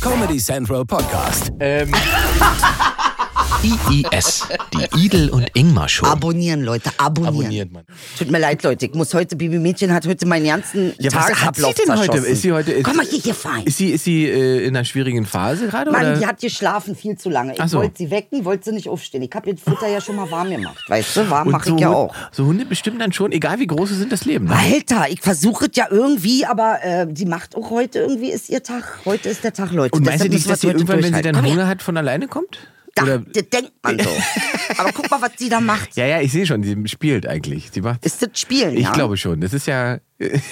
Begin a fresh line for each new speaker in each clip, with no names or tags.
Comedy Central Podcast.
Ähm,
IIS, die Idel und Ingmar Show.
Abonnieren, Leute, abonnieren.
abonniert man.
Tut mir leid, Leute, ich muss heute, Bibi Mädchen hat heute meinen ganzen
Ja, was hat
Tagesablauf
sie denn heute?
zerschossen.
Ist sie heute- ist-
Komm mal hier, hier fein.
Ist sie, ist sie äh, in einer schwierigen Phase gerade?
Mann,
oder?
die hat geschlafen viel zu lange.
Ach
Ich
so.
wollte sie wecken, wollte sie nicht aufstehen. Ich habe ihr das Futter ja schon mal warm gemacht, weißt du? Warm
Und
mache
so
ich ja
Hun-
auch.
So Hunde bestimmen dann schon, egal wie groß sie sind, das Leben. Ne?
Alter, ich versuche es ja irgendwie, aber äh, die macht auch heute irgendwie ist ihr Tag. Heute ist der Tag, Leute.
Und meinst du
Deshalb
nicht,
müssen
dass sie
wir heute
irgendwann, wenn sie
durchhalten.
dann
Komm her.
Hunger hat, von alleine kommt?
Da,
Oder,
das denkt man so. aber guck mal, was sie da macht.
ja, ja, ich sehe schon, sie spielt eigentlich. Sie macht,
Ist das Spielen,
ich
ja?
glaube schon. Das ist ja. der Blick!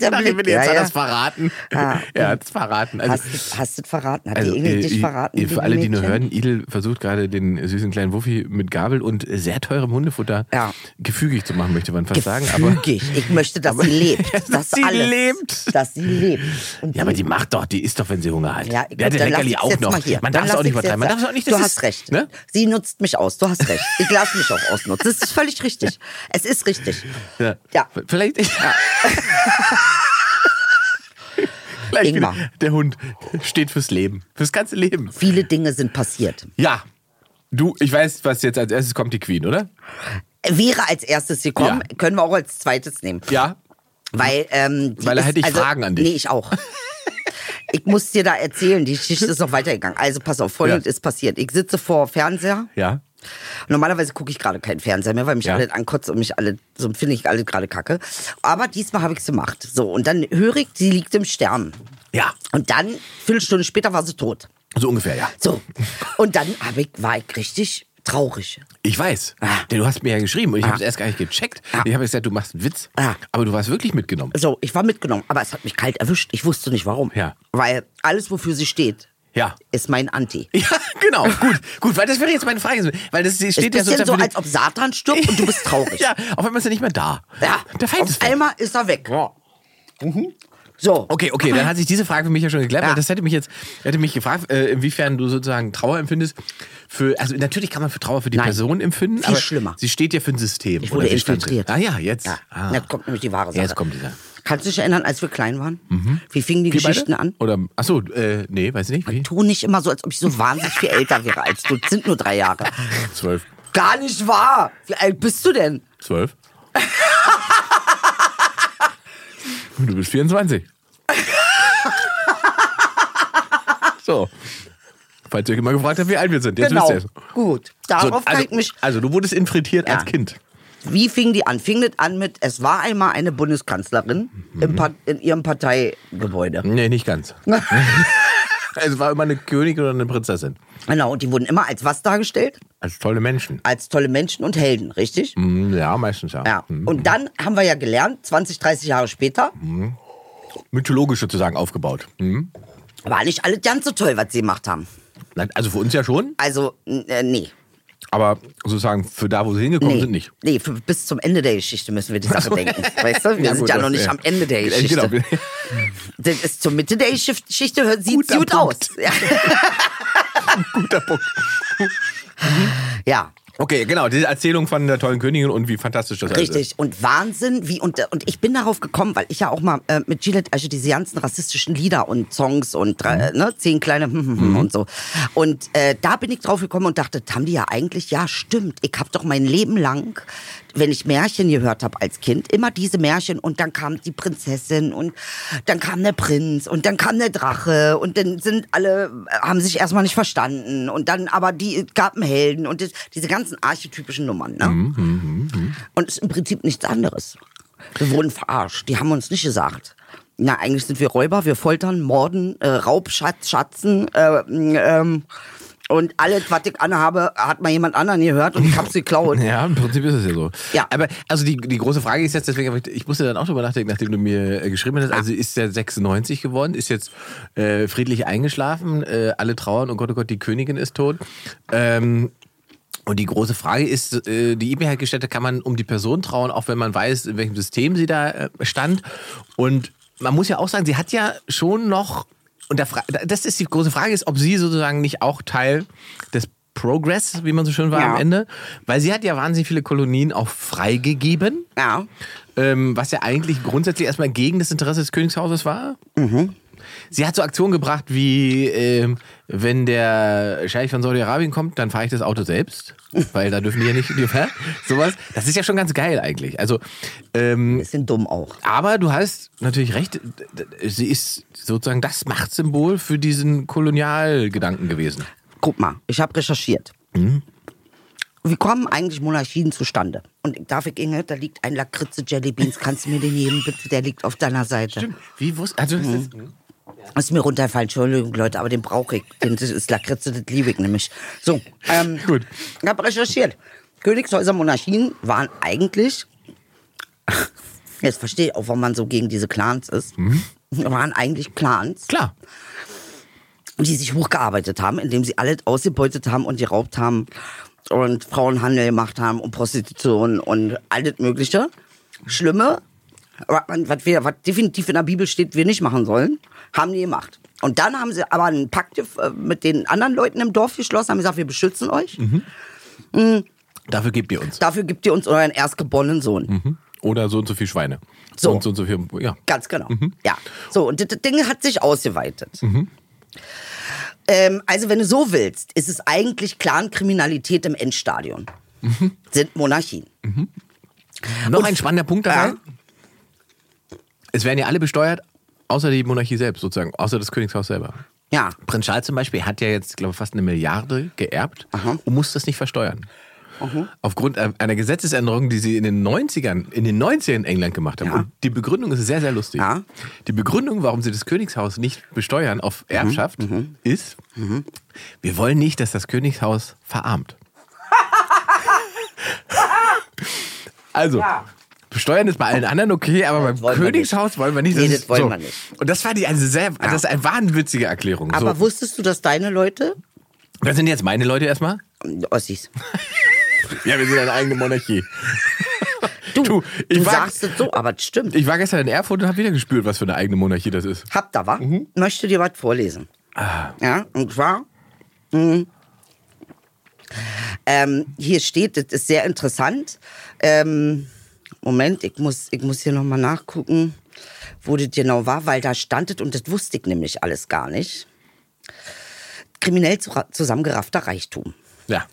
Der
Nachdem
Blick,
wir- jetzt
ja,
hat
ja.
er es verraten.
Ah.
Er hat es verraten. Also,
Hast du hast du verraten? Hat
Also,
die Ingrid
äh,
dich
i-
verraten?
i- Für
liebe
alle, die nur
Mädchen?
hören, Idel versucht gerade den süßen kleinen Wuffi mit Gabel und sehr teurem Hundefutter
Ja.
gefügig zu machen, möchte man fast sagen. Aber,
Gefügig. Ich möchte, dass sie lebt.
Dass
das
sie
alles.
lebt.
Dass sie lebt. Und
ja, aber die macht doch, die isst doch, wenn sie Hunger hat.
Ja, ich
der
glaub, dann lass
Leckerli
ich's
auch
jetzt
noch.
mal hier.
Man
Dann
darf es auch
lass
nicht
ich's jetzt
vertreiben. Man
sein.
darf es auch nicht.
Du
das
hast
ist-
recht.
Ne?
Sie nutzt mich aus. Du hast recht. Ich lasse mich auch ausnutzen. Das ist völlig richtig. Es ist richtig.
Ja.
Ja.
Vielleicht. Vielleicht
Ingmar.
wieder. Der Hund steht fürs Leben. Fürs ganze Leben.
Viele Dinge sind passiert.
Ja. Du, ich weiß, was jetzt als erstes kommt, die Queen, oder?
Wäre als erstes gekommen,
Ja.
können wir auch als zweites nehmen.
Ja.
Weil, ähm, die
Weil da
ist-
hätte ich Fragen an dich.
Nee, ich auch. Ich muss dir da erzählen, die Geschichte ist noch weitergegangen. Also pass auf, folgendes
Ja.
ist passiert. Ich sitze vor Fernseher.
Ja.
Normalerweise gucke ich gerade keinen Fernseher mehr, weil mich
Ja.
alle ankotzt und mich alle, so finde ich alle gerade kacke. Aber diesmal habe ich es gemacht. So, und dann höre ich, sie liegt im Stern.
Ja.
Und dann, Viertelstunde später, war sie tot.
So ungefähr, ja.
So. Und dann hab ich, war ich richtig traurig.
Ich weiß. Denn du hast mir ja geschrieben und ich habe es erst gar nicht gecheckt.
Ah.
Ich habe gesagt, du machst einen Witz.
Ah.
Aber du warst wirklich mitgenommen.
So, ich war mitgenommen, aber es hat mich kalt erwischt. Ich wusste nicht warum.
Ja.
Weil alles, wofür sie steht,
Ja.
ist mein Anti.
Ja, genau. Gut, gut, weil das wäre jetzt meine Frage. Weil das
Ist ein
steht ja
bisschen so,
sozusagen. für
als
den-
ob Satan stirbt und du bist traurig.
ja, auf einmal ist er nicht mehr da.
ja.
Der Feind
Auf
ist weg.
einmal ist er weg.
Ja.
So.
Okay, okay, dann hat sich diese Frage für mich ja schon geklärt,
Ja.
weil das hätte mich jetzt, hätte mich gefragt, äh, inwiefern du sozusagen Trauer empfindest. Für, also natürlich kann man für Trauer für die
Nein.
Person empfinden,
Viel
aber
schlimmer.
sie steht ja für ein System.
Ich wurde
sie stand-
infiltriert.
Ah ja, jetzt.
Ja.
Ah.
Jetzt kommt nämlich die wahre Sache.
Jetzt kommt dieser.
Kannst du dich erinnern, als wir klein waren? Wie fingen die
Wir
Geschichten
beide?
an?
Oder, achso, äh, nee, weiß ich nicht. Wie?
Tu nicht immer so, als ob ich so wahnsinnig viel älter wäre als du. Das sind nur drei Jahre.
Zwölf.
Gar nicht wahr. Wie alt bist du denn?
Zwölf. du bist 24. so. Falls ihr euch mal gefragt habt, wie alt wir sind, jetzt
genau.
wisst ihr es.
Gut. Darauf
so, also,
kann ich mich.
also du wurdest infiltriert
Ja.
als Kind.
Wie fing die an? Fing das an mit, es war einmal eine Bundeskanzlerin
Mhm.
im Par- in ihrem Parteigebäude.
Nee, nicht ganz. Also, es war immer eine Königin oder eine Prinzessin.
Genau, und die wurden immer als was dargestellt?
Als tolle Menschen.
Als tolle Menschen und Helden, richtig?
Hm, Ja, meistens ja.
Ja.
Hm.
Und dann haben wir ja gelernt, 20, 30 Jahre später,
Mhm. Mythologisch sozusagen aufgebaut. Hm.
war nicht alles ganz so toll, was sie gemacht haben.
Nein, Also für uns ja schon,
Also, n- äh, nee.
aber sozusagen für da, wo sie hingekommen
Nee,
sind, nicht.
nee für, bis zum Ende der Geschichte müssen wir die Sache denken. Weißt du, wir
Ja,
sind
gut,
ja
das-
noch nicht
ja.
am Ende der
Äh,
Geschichte.
genau.
Das ist zur Mitte der Gesch- Geschichte, hört- sieht
Guter
gut aus.
Punkt.
Ja.
Guter Punkt.
ja.
Okay, genau, diese Erzählung von der tollen Königin und wie fantastisch das alles ist.
Richtig. Und Wahnsinn, wie und, und ich bin darauf gekommen, weil ich ja auch mal äh, mit Gillette, also diese ganzen rassistischen Lieder und Songs und drei, ne, zehn kleine hm, hm, hm und so. Und äh, da bin ich drauf gekommen und dachte, das haben die ja eigentlich, ja stimmt, ich habe doch mein Leben lang, wenn ich Märchen gehört habe als Kind, immer diese Märchen und dann kam die Prinzessin und dann kam der Prinz und dann kam der Drache und dann sind alle, äh, haben sich erstmal nicht verstanden und dann aber die es gab einen Helden und das, diese ganzen archetypischen Nummern, ne? Und es ist im Prinzip nichts anderes. Wir wurden verarscht. Die haben uns nicht gesagt. Na, eigentlich sind wir Räuber, wir foltern, morden, äh, Raubschatz, Schatzen, äh, ähm, und alles, was ich anhabe, hat mal jemand anderen gehört und ich hab's geklaut.
Ja, im Prinzip ist es ja so.
Ja.
Aber also die, die große Frage ist jetzt, deswegen, hab ich ich musste dann auch drüber nachdenken, nachdem du mir äh, geschrieben
Ah.
hast, also ist der 96 geworden, ist jetzt äh, friedlich eingeschlafen, äh, alle trauern, oh Gott, oh Gott, die Königin ist tot. Ähm, und die große Frage ist, äh, die E-Mail hat gestellt, kann man um die Person trauen, auch wenn man weiß, in welchem System sie da äh, stand. Und man muss ja auch sagen, sie hat ja schon noch, und da fra- das ist die große Frage, ist, ob sie sozusagen nicht auch Teil des Progress, wie man so schön war
Ja.
am Ende, weil sie hat ja wahnsinnig viele Kolonien auch freigegeben,
Ja.
ähm, was ja eigentlich grundsätzlich erstmal gegen das Interesse des Königshauses war. sie hat so Aktionen gebracht wie, ähm, wenn der Scheich von Saudi-Arabien kommt, dann fahre ich das Auto selbst, weil da dürfen die ja nicht, die, hä? sowas. Das ist ja schon ganz geil eigentlich. Also, ähm,
Bisschen dumm auch.
aber du hast natürlich recht, sie ist sozusagen das Machtsymbol für diesen Kolonialgedanken gewesen.
Guck mal, ich habe recherchiert. Wie kommen eigentlich Monarchien zustande? Und darf ich, Inge, da liegt ein Lakritze Jelly Beans. Kannst du mir den geben, bitte? Der liegt auf deiner Seite.
Wie wusste, also, das ist,
Ist mir runtergefallen, Entschuldigung, Leute, aber den brauche ich. Den das ist Lakritze, das liebe ich nämlich. So, ähm,
Gut.
Ich habe recherchiert. Königshäuser, Monarchien waren eigentlich. Jetzt verstehe ich auch, warum man so gegen diese Clans ist. Waren eigentlich Clans,
klar.
die sich hochgearbeitet haben, indem sie alles ausgebeutet haben und geraubt haben und Frauenhandel gemacht haben und Prostitution und alles Mögliche. Schlimme, was, man, was, wir, was definitiv in der Bibel steht, wir nicht machen sollen, haben die gemacht. Und dann haben sie aber einen Pakt gef- äh, mit den anderen Leuten im Dorf geschlossen, haben gesagt, wir beschützen euch.
Dafür gebt ihr uns.
Dafür gibt ihr uns euren erstgeborenen Sohn.
Oder so und so viel Schweine.
So.
Und so und so viel, ja.
Ganz genau. Ja. So, und das Ding hat sich ausgeweitet. Ähm, also, wenn du so willst, ist es eigentlich Clan-Kriminalität im Endstadion. Sind Monarchien.
Noch ein spannender Punkt dabei. Es werden ja alle besteuert, außer die Monarchie selbst sozusagen, außer das Königshaus selber.
Ja.
Prinz Charles zum Beispiel hat ja jetzt, glaube ich, fast eine Milliarde geerbt
Aha.
und muss das nicht versteuern. Aufgrund einer Gesetzesänderung, die sie in den 90ern, in den 90ern in England gemacht haben.
Ja.
Und die Begründung ist sehr, sehr lustig.
Ja.
Die Begründung, warum sie das Königshaus nicht besteuern auf
Mhm,
Erbschaft, ist, wir wollen nicht, dass das Königshaus verarmt. also, besteuern ist bei allen anderen okay, aber beim
wollen wir nicht.
Königshaus wollen wir nicht.
Nee,
ist-
das wollen wir nicht.
Und das war die eine sehr, das ist eine wahnwitzige Erklärung.
Aber
so.
wusstest du, dass deine Leute. ähm,
Das sind jetzt meine Leute erstmal?
Ossis.
Ja, wir sind eine eigene Monarchie.
Du,
Du,
du,
ich war-
sagst es so, aber das stimmt.
Ich war gestern in Erfurt und habe wieder gespürt, was für eine eigene Monarchie das ist.
Hab da was. Möchte dir was vorlesen. Ja, und zwar. mh, Ähm, hier steht, das ist sehr interessant. Ähm, Moment, ich muss, ich muss hier nochmal nachgucken, wo das genau war, weil da standet und das wusste ich nämlich alles gar nicht. Kriminell zu- zusammengeraffter Reichtum.
Ja.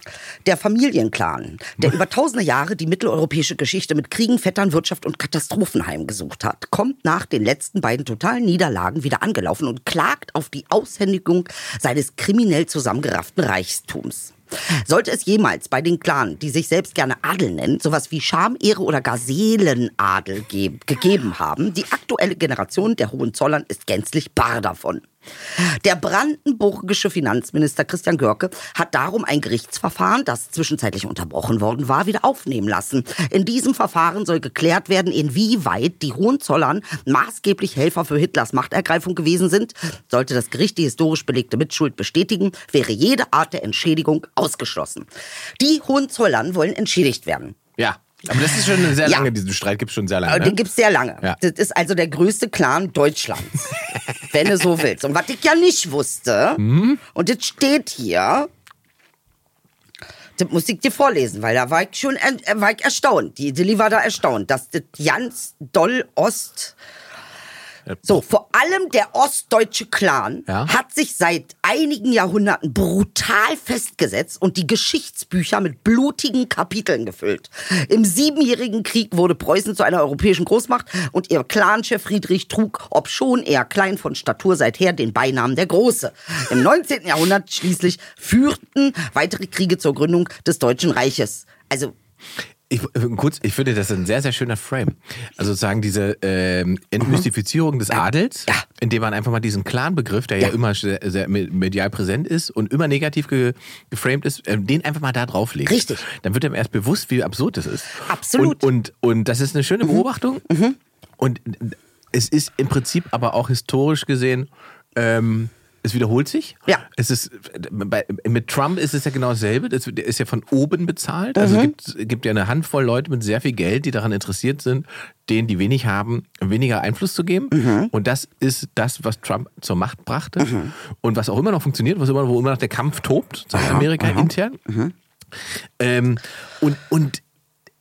Der Familienclan, der über tausende Jahre die mitteleuropäische Geschichte mit Kriegen, Vettern, Wirtschaft und Katastrophen heimgesucht hat, kommt nach den letzten beiden totalen Niederlagen wieder angelaufen und klagt auf die Aushändigung seines kriminell zusammengerafften Reichtums. Sollte es jemals bei den Clanen, die sich selbst gerne Adel nennen, sowas wie Scham, Ehre oder gar Seelenadel ge gegeben haben, die aktuelle Generation der Hohenzollern ist gänzlich bar davon. Der brandenburgische Finanzminister Christian Görke hat darum ein Gerichtsverfahren, das zwischenzeitlich unterbrochen worden war, wieder aufnehmen lassen. In diesem Verfahren soll geklärt werden, inwieweit die Hohenzollern maßgeblich Helfer für Hitlers Machtergreifung gewesen sind. Sollte das Gericht die historisch belegte Mitschuld bestätigen, wäre jede Art der Entschädigung ausgeschlossen. Die Hohenzollern wollen entschädigt werden.
Ja. Aber das ist schon eine sehr
Ja.
lange, diesen Streit gibt es schon sehr lange.
Aber Den
Ne?
gibt's sehr lange.
Ja.
Das ist also der größte Clan Deutschlands, wenn du so willst. Und was ich ja nicht wusste,
Hm?
und das steht hier, das muss ich dir vorlesen, weil da war ich schon er- äh, war ich erstaunt. Die Dilly war da erstaunt, dass das ganz doll Ost. So, vor allem der ostdeutsche Clan
Ja.
hat sich seit einigen Jahrhunderten brutal festgesetzt und die Geschichtsbücher mit blutigen Kapiteln gefüllt. Im Siebenjährigen Krieg wurde Preußen zu einer europäischen Großmacht und ihr Clanchef Friedrich trug, obschon eher klein von Statur seither, den Beinamen der Große. Im 19. Jahrhundert schließlich führten weitere Kriege zur Gründung des Deutschen Reiches. Also,
Ich, äh, kurz, ich finde, das ist ein sehr, sehr schöner Frame. Also sozusagen diese ähm, Entmystifizierung des Adels,
Ja.
indem man einfach mal diesen Clan-Begriff, der ja,
Ja.
immer sehr, sehr me- medial präsent ist und immer negativ ge geframed ist, ähm, den einfach mal da drauflegt.
Richtig.
Dann wird einem erst bewusst, wie absurd das ist.
Absolut.
Und, und, und das ist eine schöne Beobachtung. Und es ist im Prinzip aber auch historisch gesehen. Ähm, es wiederholt sich.
Ja.
Es ist, bei, mit Trump ist es ja genau dasselbe. Das, der ist ja von oben bezahlt. Also es gibt, gibt ja eine Handvoll Leute mit sehr viel Geld, die daran interessiert sind, denen, die wenig haben, weniger Einfluss zu geben. Und das ist das, was Trump zur Macht brachte. Und was auch immer noch funktioniert, was immer, wo immer noch der Kampf tobt, sozusagen Amerika intern. Ähm, und, und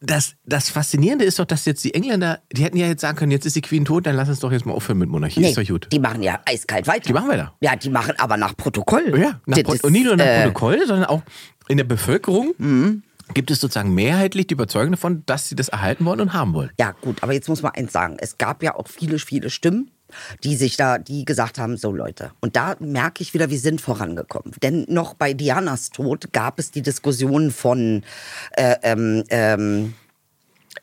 das, das Faszinierende ist doch, dass jetzt die Engländer, die hätten ja jetzt sagen können, jetzt ist die Queen tot, dann lass uns doch jetzt mal aufhören mit Monarchie.
Nee,
Ist doch gut.
Die machen ja eiskalt weiter.
Die machen weiter.
Ja, die machen aber nach Protokoll.
Ja, nach
Das
Pro
ist,
und nicht nur nach
äh, Mhm.
Protokoll, sondern auch in der Bevölkerung gibt es sozusagen mehrheitlich die Überzeugung davon, dass sie das erhalten wollen und haben wollen.
Ja, gut, aber jetzt muss man eins sagen. Es gab ja auch viele, viele Stimmen, die sich da, die gesagt haben, so Leute. Und da merke ich wieder, wir sind vorangekommen. Denn noch bei Dianas Tod gab es die Diskussion von äh, ähm, ähm,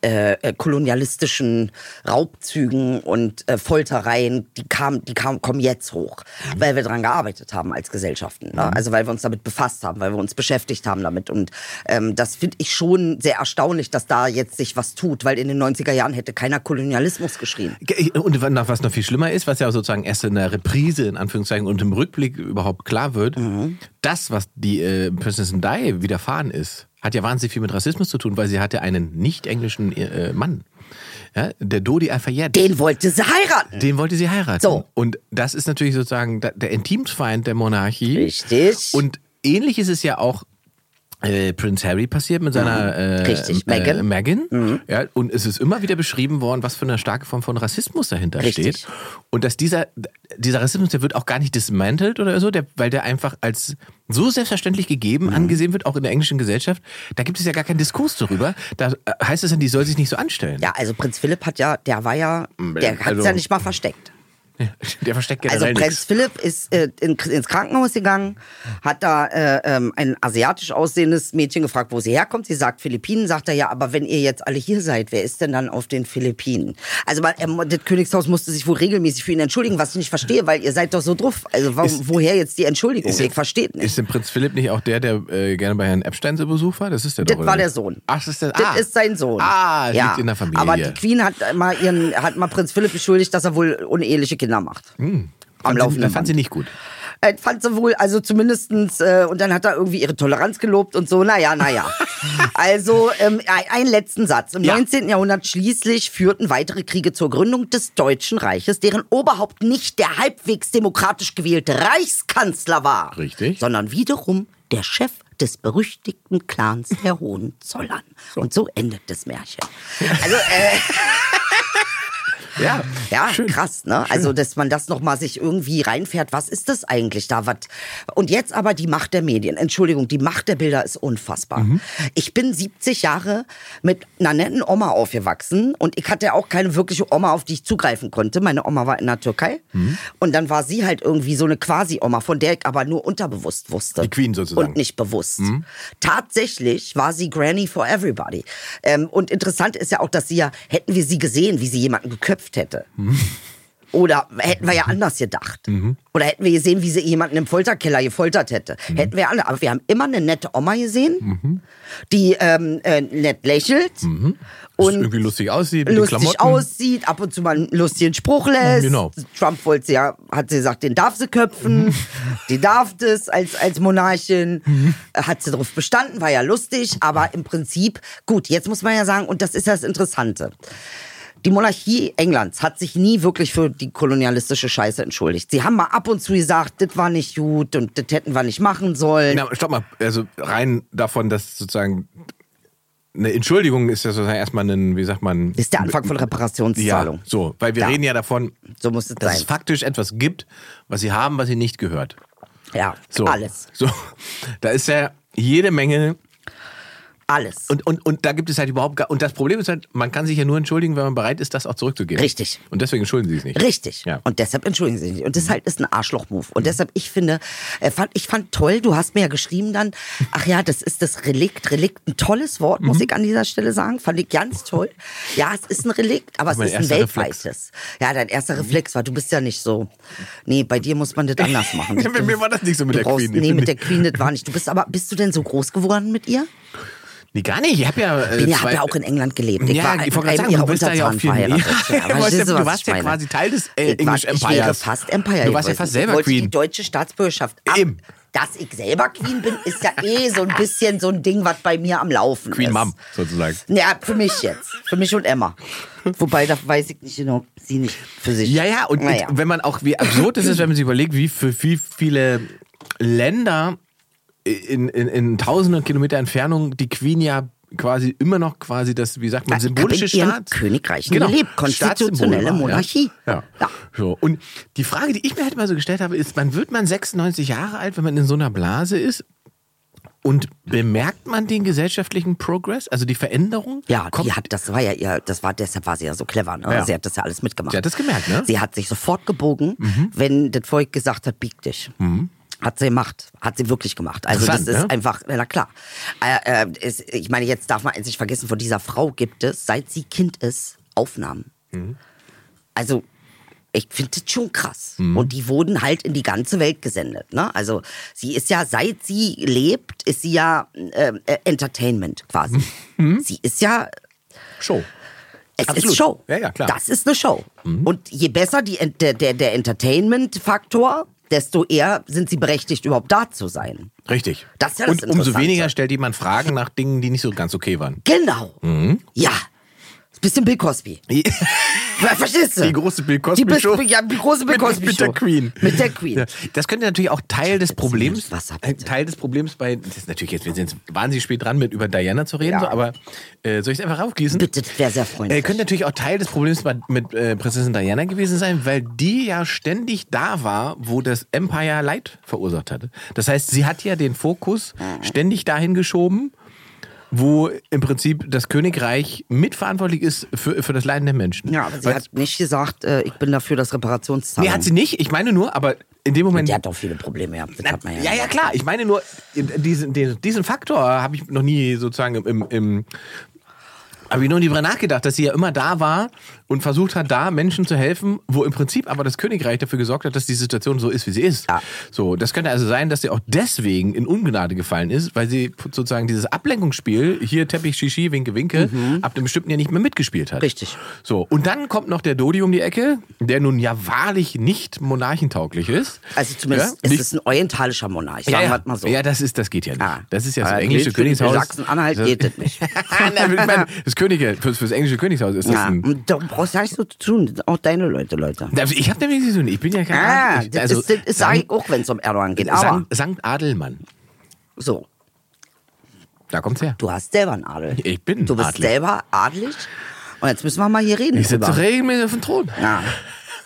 äh, äh, kolonialistischen Raubzügen und äh, Foltereien, die, kam, die kam, kommen jetzt hoch, weil wir daran gearbeitet haben als Gesellschaften. Ne? Also weil wir uns damit befasst haben, weil wir uns beschäftigt haben damit. Und ähm, das finde ich schon sehr erstaunlich, dass da jetzt sich was tut, weil in den 90er Jahren hätte keiner Kolonialismus geschrien.
äh, Und noch- was noch viel schlimmer ist, was ja sozusagen erst in der Reprise, in Anführungszeichen, und im Rückblick überhaupt klar wird,
Mhm.
das, was die äh, Princess Di widerfahren ist, hat ja wahnsinnig viel mit Rassismus zu tun, weil sie hatte einen nicht-englischen äh, Mann. Ja, der Dodi Al-Fayed.
Den wollte sie heiraten.
Den wollte sie heiraten.
So.
Und das ist natürlich sozusagen da- der Intimfeind der Monarchie.
Richtig.
Und ähnlich ist es ja auch äh, Prince Harry passiert mit seiner äh,
Mhm. Richtig,
äh,
Meghan. Mhm.
Meghan. Ja, und es ist immer wieder beschrieben worden, was für eine starke Form von Rassismus dahinter
Richtig.
steht. Und dass dieser, dieser Rassismus, der wird auch gar nicht dismantelt oder so, der, weil der einfach als so selbstverständlich gegeben
Mhm.
angesehen wird, auch in der englischen Gesellschaft. Da gibt es ja gar keinen Diskurs darüber. Da äh, heißt es dann, die soll sich nicht so anstellen.
Ja, also Prinz Philipp hat ja, der war ja, der hat
also-
ja nicht mal versteckt.
Der versteckt
Also
generell
Prinz
nichts.
Philipp ist äh, in, ins Krankenhaus gegangen, hat da äh, ähm, ein asiatisch aussehendes Mädchen gefragt, wo sie herkommt. Sie sagt Philippinen, sagt er ja, aber wenn ihr jetzt alle hier seid, wer ist denn dann auf den Philippinen? Also man, ähm, das Königshaus musste sich wohl regelmäßig für ihn entschuldigen, was ich nicht verstehe, weil ihr seid doch so drauf. Also warum,
Ist-
woher jetzt die Entschuldigung?
Ist-
ich verstehe nicht.
Ist denn Prinz Philipp nicht auch der, der äh, gerne bei Herrn Epstein zu Besuch war? Das ist der
Das
doch, oder
war der
nicht?
Sohn.
Ach, das ist der
Das
ah.
ist sein Sohn.
Ah, ja. liegt in der Familie.
Aber die Queen hat mal, ihren, hat mal Prinz Philipp beschuldigt, dass er wohl uneheliche Kinder macht. Am
Hm. Fand sie,
laufenden
das fand sie
Band.
nicht gut.
Äh, fand sie wohl, also zumindestens, äh, und dann hat er irgendwie ihre Toleranz gelobt und so, naja, naja. also, ähm, ein- einen letzten Satz. Im
Ja.
19. Jahrhundert schließlich führten weitere Kriege zur Gründung des Deutschen Reiches, deren Oberhaupt nicht der halbwegs demokratisch gewählte Reichskanzler war.
Richtig.
Sondern wiederum der Chef des berüchtigten Clans der Hohenzollern. Und so endet das Märchen. Also, äh,
Ja,
ja,
schön.
krass, ne? Also, dass man das nochmal sich irgendwie reinfährt. Was ist das eigentlich da? Was? Und jetzt aber die Macht der Medien. Entschuldigung, die Macht der Bilder ist unfassbar.
Mhm.
Ich bin 70 Jahre mit einer netten Oma aufgewachsen und ich hatte auch keine wirkliche Oma, auf die ich zugreifen konnte. Meine Oma war in der Türkei
Mhm.
und dann war sie halt irgendwie so eine Quasi-Oma, von der ich aber nur unterbewusst wusste.
Die Queen sozusagen.
Und nicht bewusst. Tatsächlich war sie Granny for Everybody. Ähm, und interessant ist ja auch, dass sie ja, hätten wir sie gesehen, wie sie jemanden geköpft hätte. Oder hätten wir ja anders gedacht. Oder hätten wir gesehen, wie sie jemanden im Folterkeller gefoltert hätte. Hätten wir alle. Aber wir haben immer eine nette Oma gesehen, die ähm, äh, nett lächelt
Und
und
irgendwie lustig aussieht. mit den
lustig
Klamotten.
aussieht, ab und zu mal einen lustigen Spruch lässt.
Genau. Mhm.
Trump wollte sie ja, hat sie gesagt, den darf sie köpfen, die darf das als, als Monarchin. Hat sie drauf bestanden, war ja lustig, aber im Prinzip, gut, jetzt muss man ja sagen, und das ist das Interessante. Die Monarchie Englands hat sich nie wirklich für die kolonialistische Scheiße entschuldigt. Sie haben mal ab und zu gesagt, das war nicht gut und das hätten wir nicht machen sollen.
Na, stopp mal. Also rein davon, dass sozusagen eine Entschuldigung ist ja sozusagen erstmal ein, wie sagt man.
Das ist der Anfang von
ja,
Reparationszahlung.
so, weil wir
Ja.
reden ja davon,
So muss es
dass
sein.
es faktisch etwas gibt, was sie haben, was sie nicht gehört.
Ja,
So.
alles.
So, da ist ja jede Menge
Alles.
Und, und, und da gibt es halt überhaupt gar. Und das Problem ist halt, man kann sich ja nur entschuldigen, wenn man bereit ist, das auch zurückzugeben.
Richtig.
Und deswegen entschuldigen sie es nicht.
Richtig.
Ja. Mhm.
Und deshalb entschuldigen Sie sich. Und das halt ist ein Arschloch-Move. Und deshalb, ich finde, äh, fand, ich fand toll, du hast mir ja geschrieben dann, ach ja, das ist das Relikt. Relikt, ein tolles Wort, muss
Mhm.
ich an dieser Stelle sagen. Fand ich ganz
Oh.
toll. Ja, es ist ein Relikt, aber es
Mein
ist ein
erster
weltweites.
Reflex. Mhm.
Ja, dein erster Reflex war, du bist ja nicht so. Nee, bei dir muss man das anders machen.
Ja, bei mir war das nicht so mit
Du
der Queen. Ich
Nee,
bin
mit der
nicht-
Queen, das war nicht. Du bist aber, bist du denn so groß geworden mit ihr?
nee, gar nicht. Ich habe ja. Äh,
Ich bin ja, hab
zwei-
ja auch in England gelebt. Ich
ja,
war
ich
mit
wollte gerade
einem
sagen,
ihrer
du bist da ja auch
Untertanen
viel.
verheiratet.
Ja,
Ja,
du warst
verstehst
ja, du
was ich
warst ja
meine?
quasi Teil des äh,
Ich war-
English
Ich wäre
Empires.
fast Empire
Du warst ja
gewesen.
fast
ich
selber
wollte die
Queen.
deutsche Staatsbürgerschaft ab.
Eben.
Dass ich selber Queen bin, ist ja eh so ein bisschen so ein Ding, was bei mir am Laufen
Queen
ist.
Mom, sozusagen.
Ja, für mich jetzt. Für mich und Emma. Wobei, da weiß ich nicht genau, sie nicht für sich.
Ja, ja, und
Naja.
wenn man auch, wie absurd es ist, wenn man sich überlegt, wie für wie viele Länder in, in, in tausenden Kilometer Entfernung die Queen ja quasi immer noch quasi das, wie sagt man, symbolische
ich hab in
Staat.
ihrem Ah, Königreich gelebt. Konstitutionelle
Staatssymbol war,
Monarchie.
Ja. Ja.
Ja.
So. Und die Frage, die ich mir halt mal so gestellt habe, ist, wann wird man 96 Jahre alt, wenn man in so einer Blase ist? Und bemerkt man den gesellschaftlichen Progress, also die Veränderung?
Ja,
Kommt-
die hat, das war ja ihr, das war, deshalb war sie ja so clever, ne?
Ja.
Sie hat das ja alles mitgemacht.
Sie hat das gemerkt, ne?
Sie hat sich sofort gebogen,
Mhm.
wenn das Volk gesagt hat, bieg dich. Hat sie gemacht. Hat sie wirklich gemacht. Also das ist
Interessant, ne?
einfach, na klar. Äh, äh, es- ich meine, jetzt darf man eins nicht vergessen, von dieser Frau gibt es, seit sie Kind ist, Aufnahmen.
Mhm.
Also ich finde das schon krass.
Mhm.
Und die wurden halt in die ganze Welt gesendet. Ne? Also sie ist ja, seit sie lebt, ist sie ja äh, äh, Entertainment quasi.
Mhm.
Sie ist ja
Show.
es
Absolut.
ist Show.
Ja, ja, klar. Mhm.
Das ist eine Show. Und je besser die, Ent- der, der, der Entertainment-Faktor, desto eher sind sie berechtigt, überhaupt da zu sein.
Richtig.
Das ist ja das
Und umso
Interessante.
weniger stellt jemand Fragen nach Dingen, die nicht so ganz okay waren.
Genau.
Mhm.
Ja. Ist Bisschen Bill Cosby. Ver- Verstehst du?
Die große Bill Cosby
Die Bis-
Show.
Ja, die große Bill
Mit-
Cosby
mit
Show.
der Queen.
Mit der Queen.
Ja, Das könnte natürlich auch Teil des Problems,
das Wasser,
äh,
bitte.
Teil des Problems bei, das ist natürlich jetzt, wir sind jetzt wahnsinnig spät dran, mit über Diana zu reden,
Ja.
so, aber äh, soll ich es einfach raufgießen?
Bitte, das wäre sehr freundlich.
Äh, könnte natürlich auch Teil des Problems mit, mit äh, Prinzessin Diana gewesen sein, weil die ja ständig da war, wo das Empire Leid verursacht hatte. Das heißt, sie hat ja den Fokus
Mhm.
ständig dahin geschoben, wo im Prinzip das Königreich mitverantwortlich ist für, für das Leiden der Menschen.
ja, aber sie
Weil-
hat nicht gesagt, äh, ich bin dafür, dass Reparationszahlungen.
Nee, hat sie nicht. Ich meine nur, aber in dem Moment.
Die hat doch viele Probleme gehabt. Das hat man ja.
ja, ja, klar. Ich meine nur, diesen, den- diesen Faktor habe ich noch nie sozusagen im. im, im habe ich noch nie drüber nachgedacht, dass sie ja immer da war und versucht hat, da Menschen zu helfen, wo im Prinzip aber das Königreich dafür gesorgt hat, dass die Situation so ist, wie sie ist.
Ja.
So, das könnte also sein, dass sie auch deswegen in Ungnade gefallen ist, weil sie sozusagen dieses Ablenkungsspiel, hier Teppich, Shishi, Winke, Winke, ab einem bestimmten Jahr nicht mehr mitgespielt hat.
Mhm. Richtig.
So, und dann kommt noch der Dodi um die Ecke, der nun ja wahrlich nicht monarchentauglich ist.
Also zumindest
ja?
ist
nicht,
es ein orientalischer Monarch, sagen
ja,
wir
ja.
es mal so.
ja, das ist, das geht ja nicht.
Ah.
Das ist ja das
Ah,
englische
gilt für die
Königshaus.
Sachsen-Anhalt
Das-
geht das nicht.
Na, ich meine, das Könige, fürs, fürs englische Königshaus ist das
Ja,
ein.
und da brauchst du gar nichts so zu tun. Auch deine Leute, Leute.
Also Ich habe damit nichts zu tun. Ich bin ja kein
Ah,
ich, also
das, ist, das ist sag ich auch, wenn es um Erdogan geht. Aber
Sankt, Sankt Adelmann.
so,
Da kommt's her.
du hast selber einen Adel.
Ich bin
Du bist
adelig.
selber adelig. Und jetzt müssen wir mal hier reden.
Ich sitze
drüber.
regelmäßig auf dem Thron.
ja,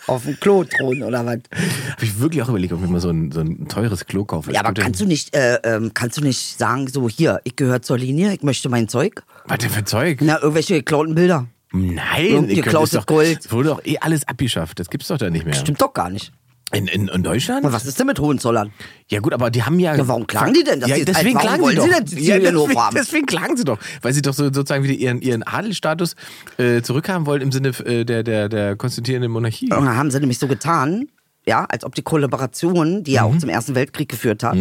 auf dem Klothron oder was.
Habe ich wirklich auch überlegt, ob ich mal so ein, so ein teures Klo kaufe.
Ja, aber kannst du nicht, äh, ähm, kannst du nicht sagen, so hier, ich gehöre zur Linie, ich möchte mein Zeug?
Was denn für Zeug?
Na, irgendwelche geklauten Bilder.
Nein,
Irgendein
ich könnte es
geklautes
doch,
Gold.
es wurde doch eh alles abgeschafft. Das gibt's doch da nicht mehr.
Stimmt doch gar nicht.
In, in, in Deutschland?
Und was ist denn mit Hohenzollern?
Ja gut, aber die haben ja...
Ja, warum klagen die denn, dass
Ja,
die-
deswegen
warum
klagen
wollen
sie
sie
doch.
denn Sizilien
deswegen,
hochhaben?
deswegen klagen sie doch, weil sie doch so, sozusagen wieder ihren, ihren Adelstatus äh, zurückhaben wollen im Sinne äh, der, der, der konstituierenden Monarchie.
Und dann haben sie nämlich so getan, ja, als ob die Kollaboration, die ja auch zum Ersten Weltkrieg geführt hat,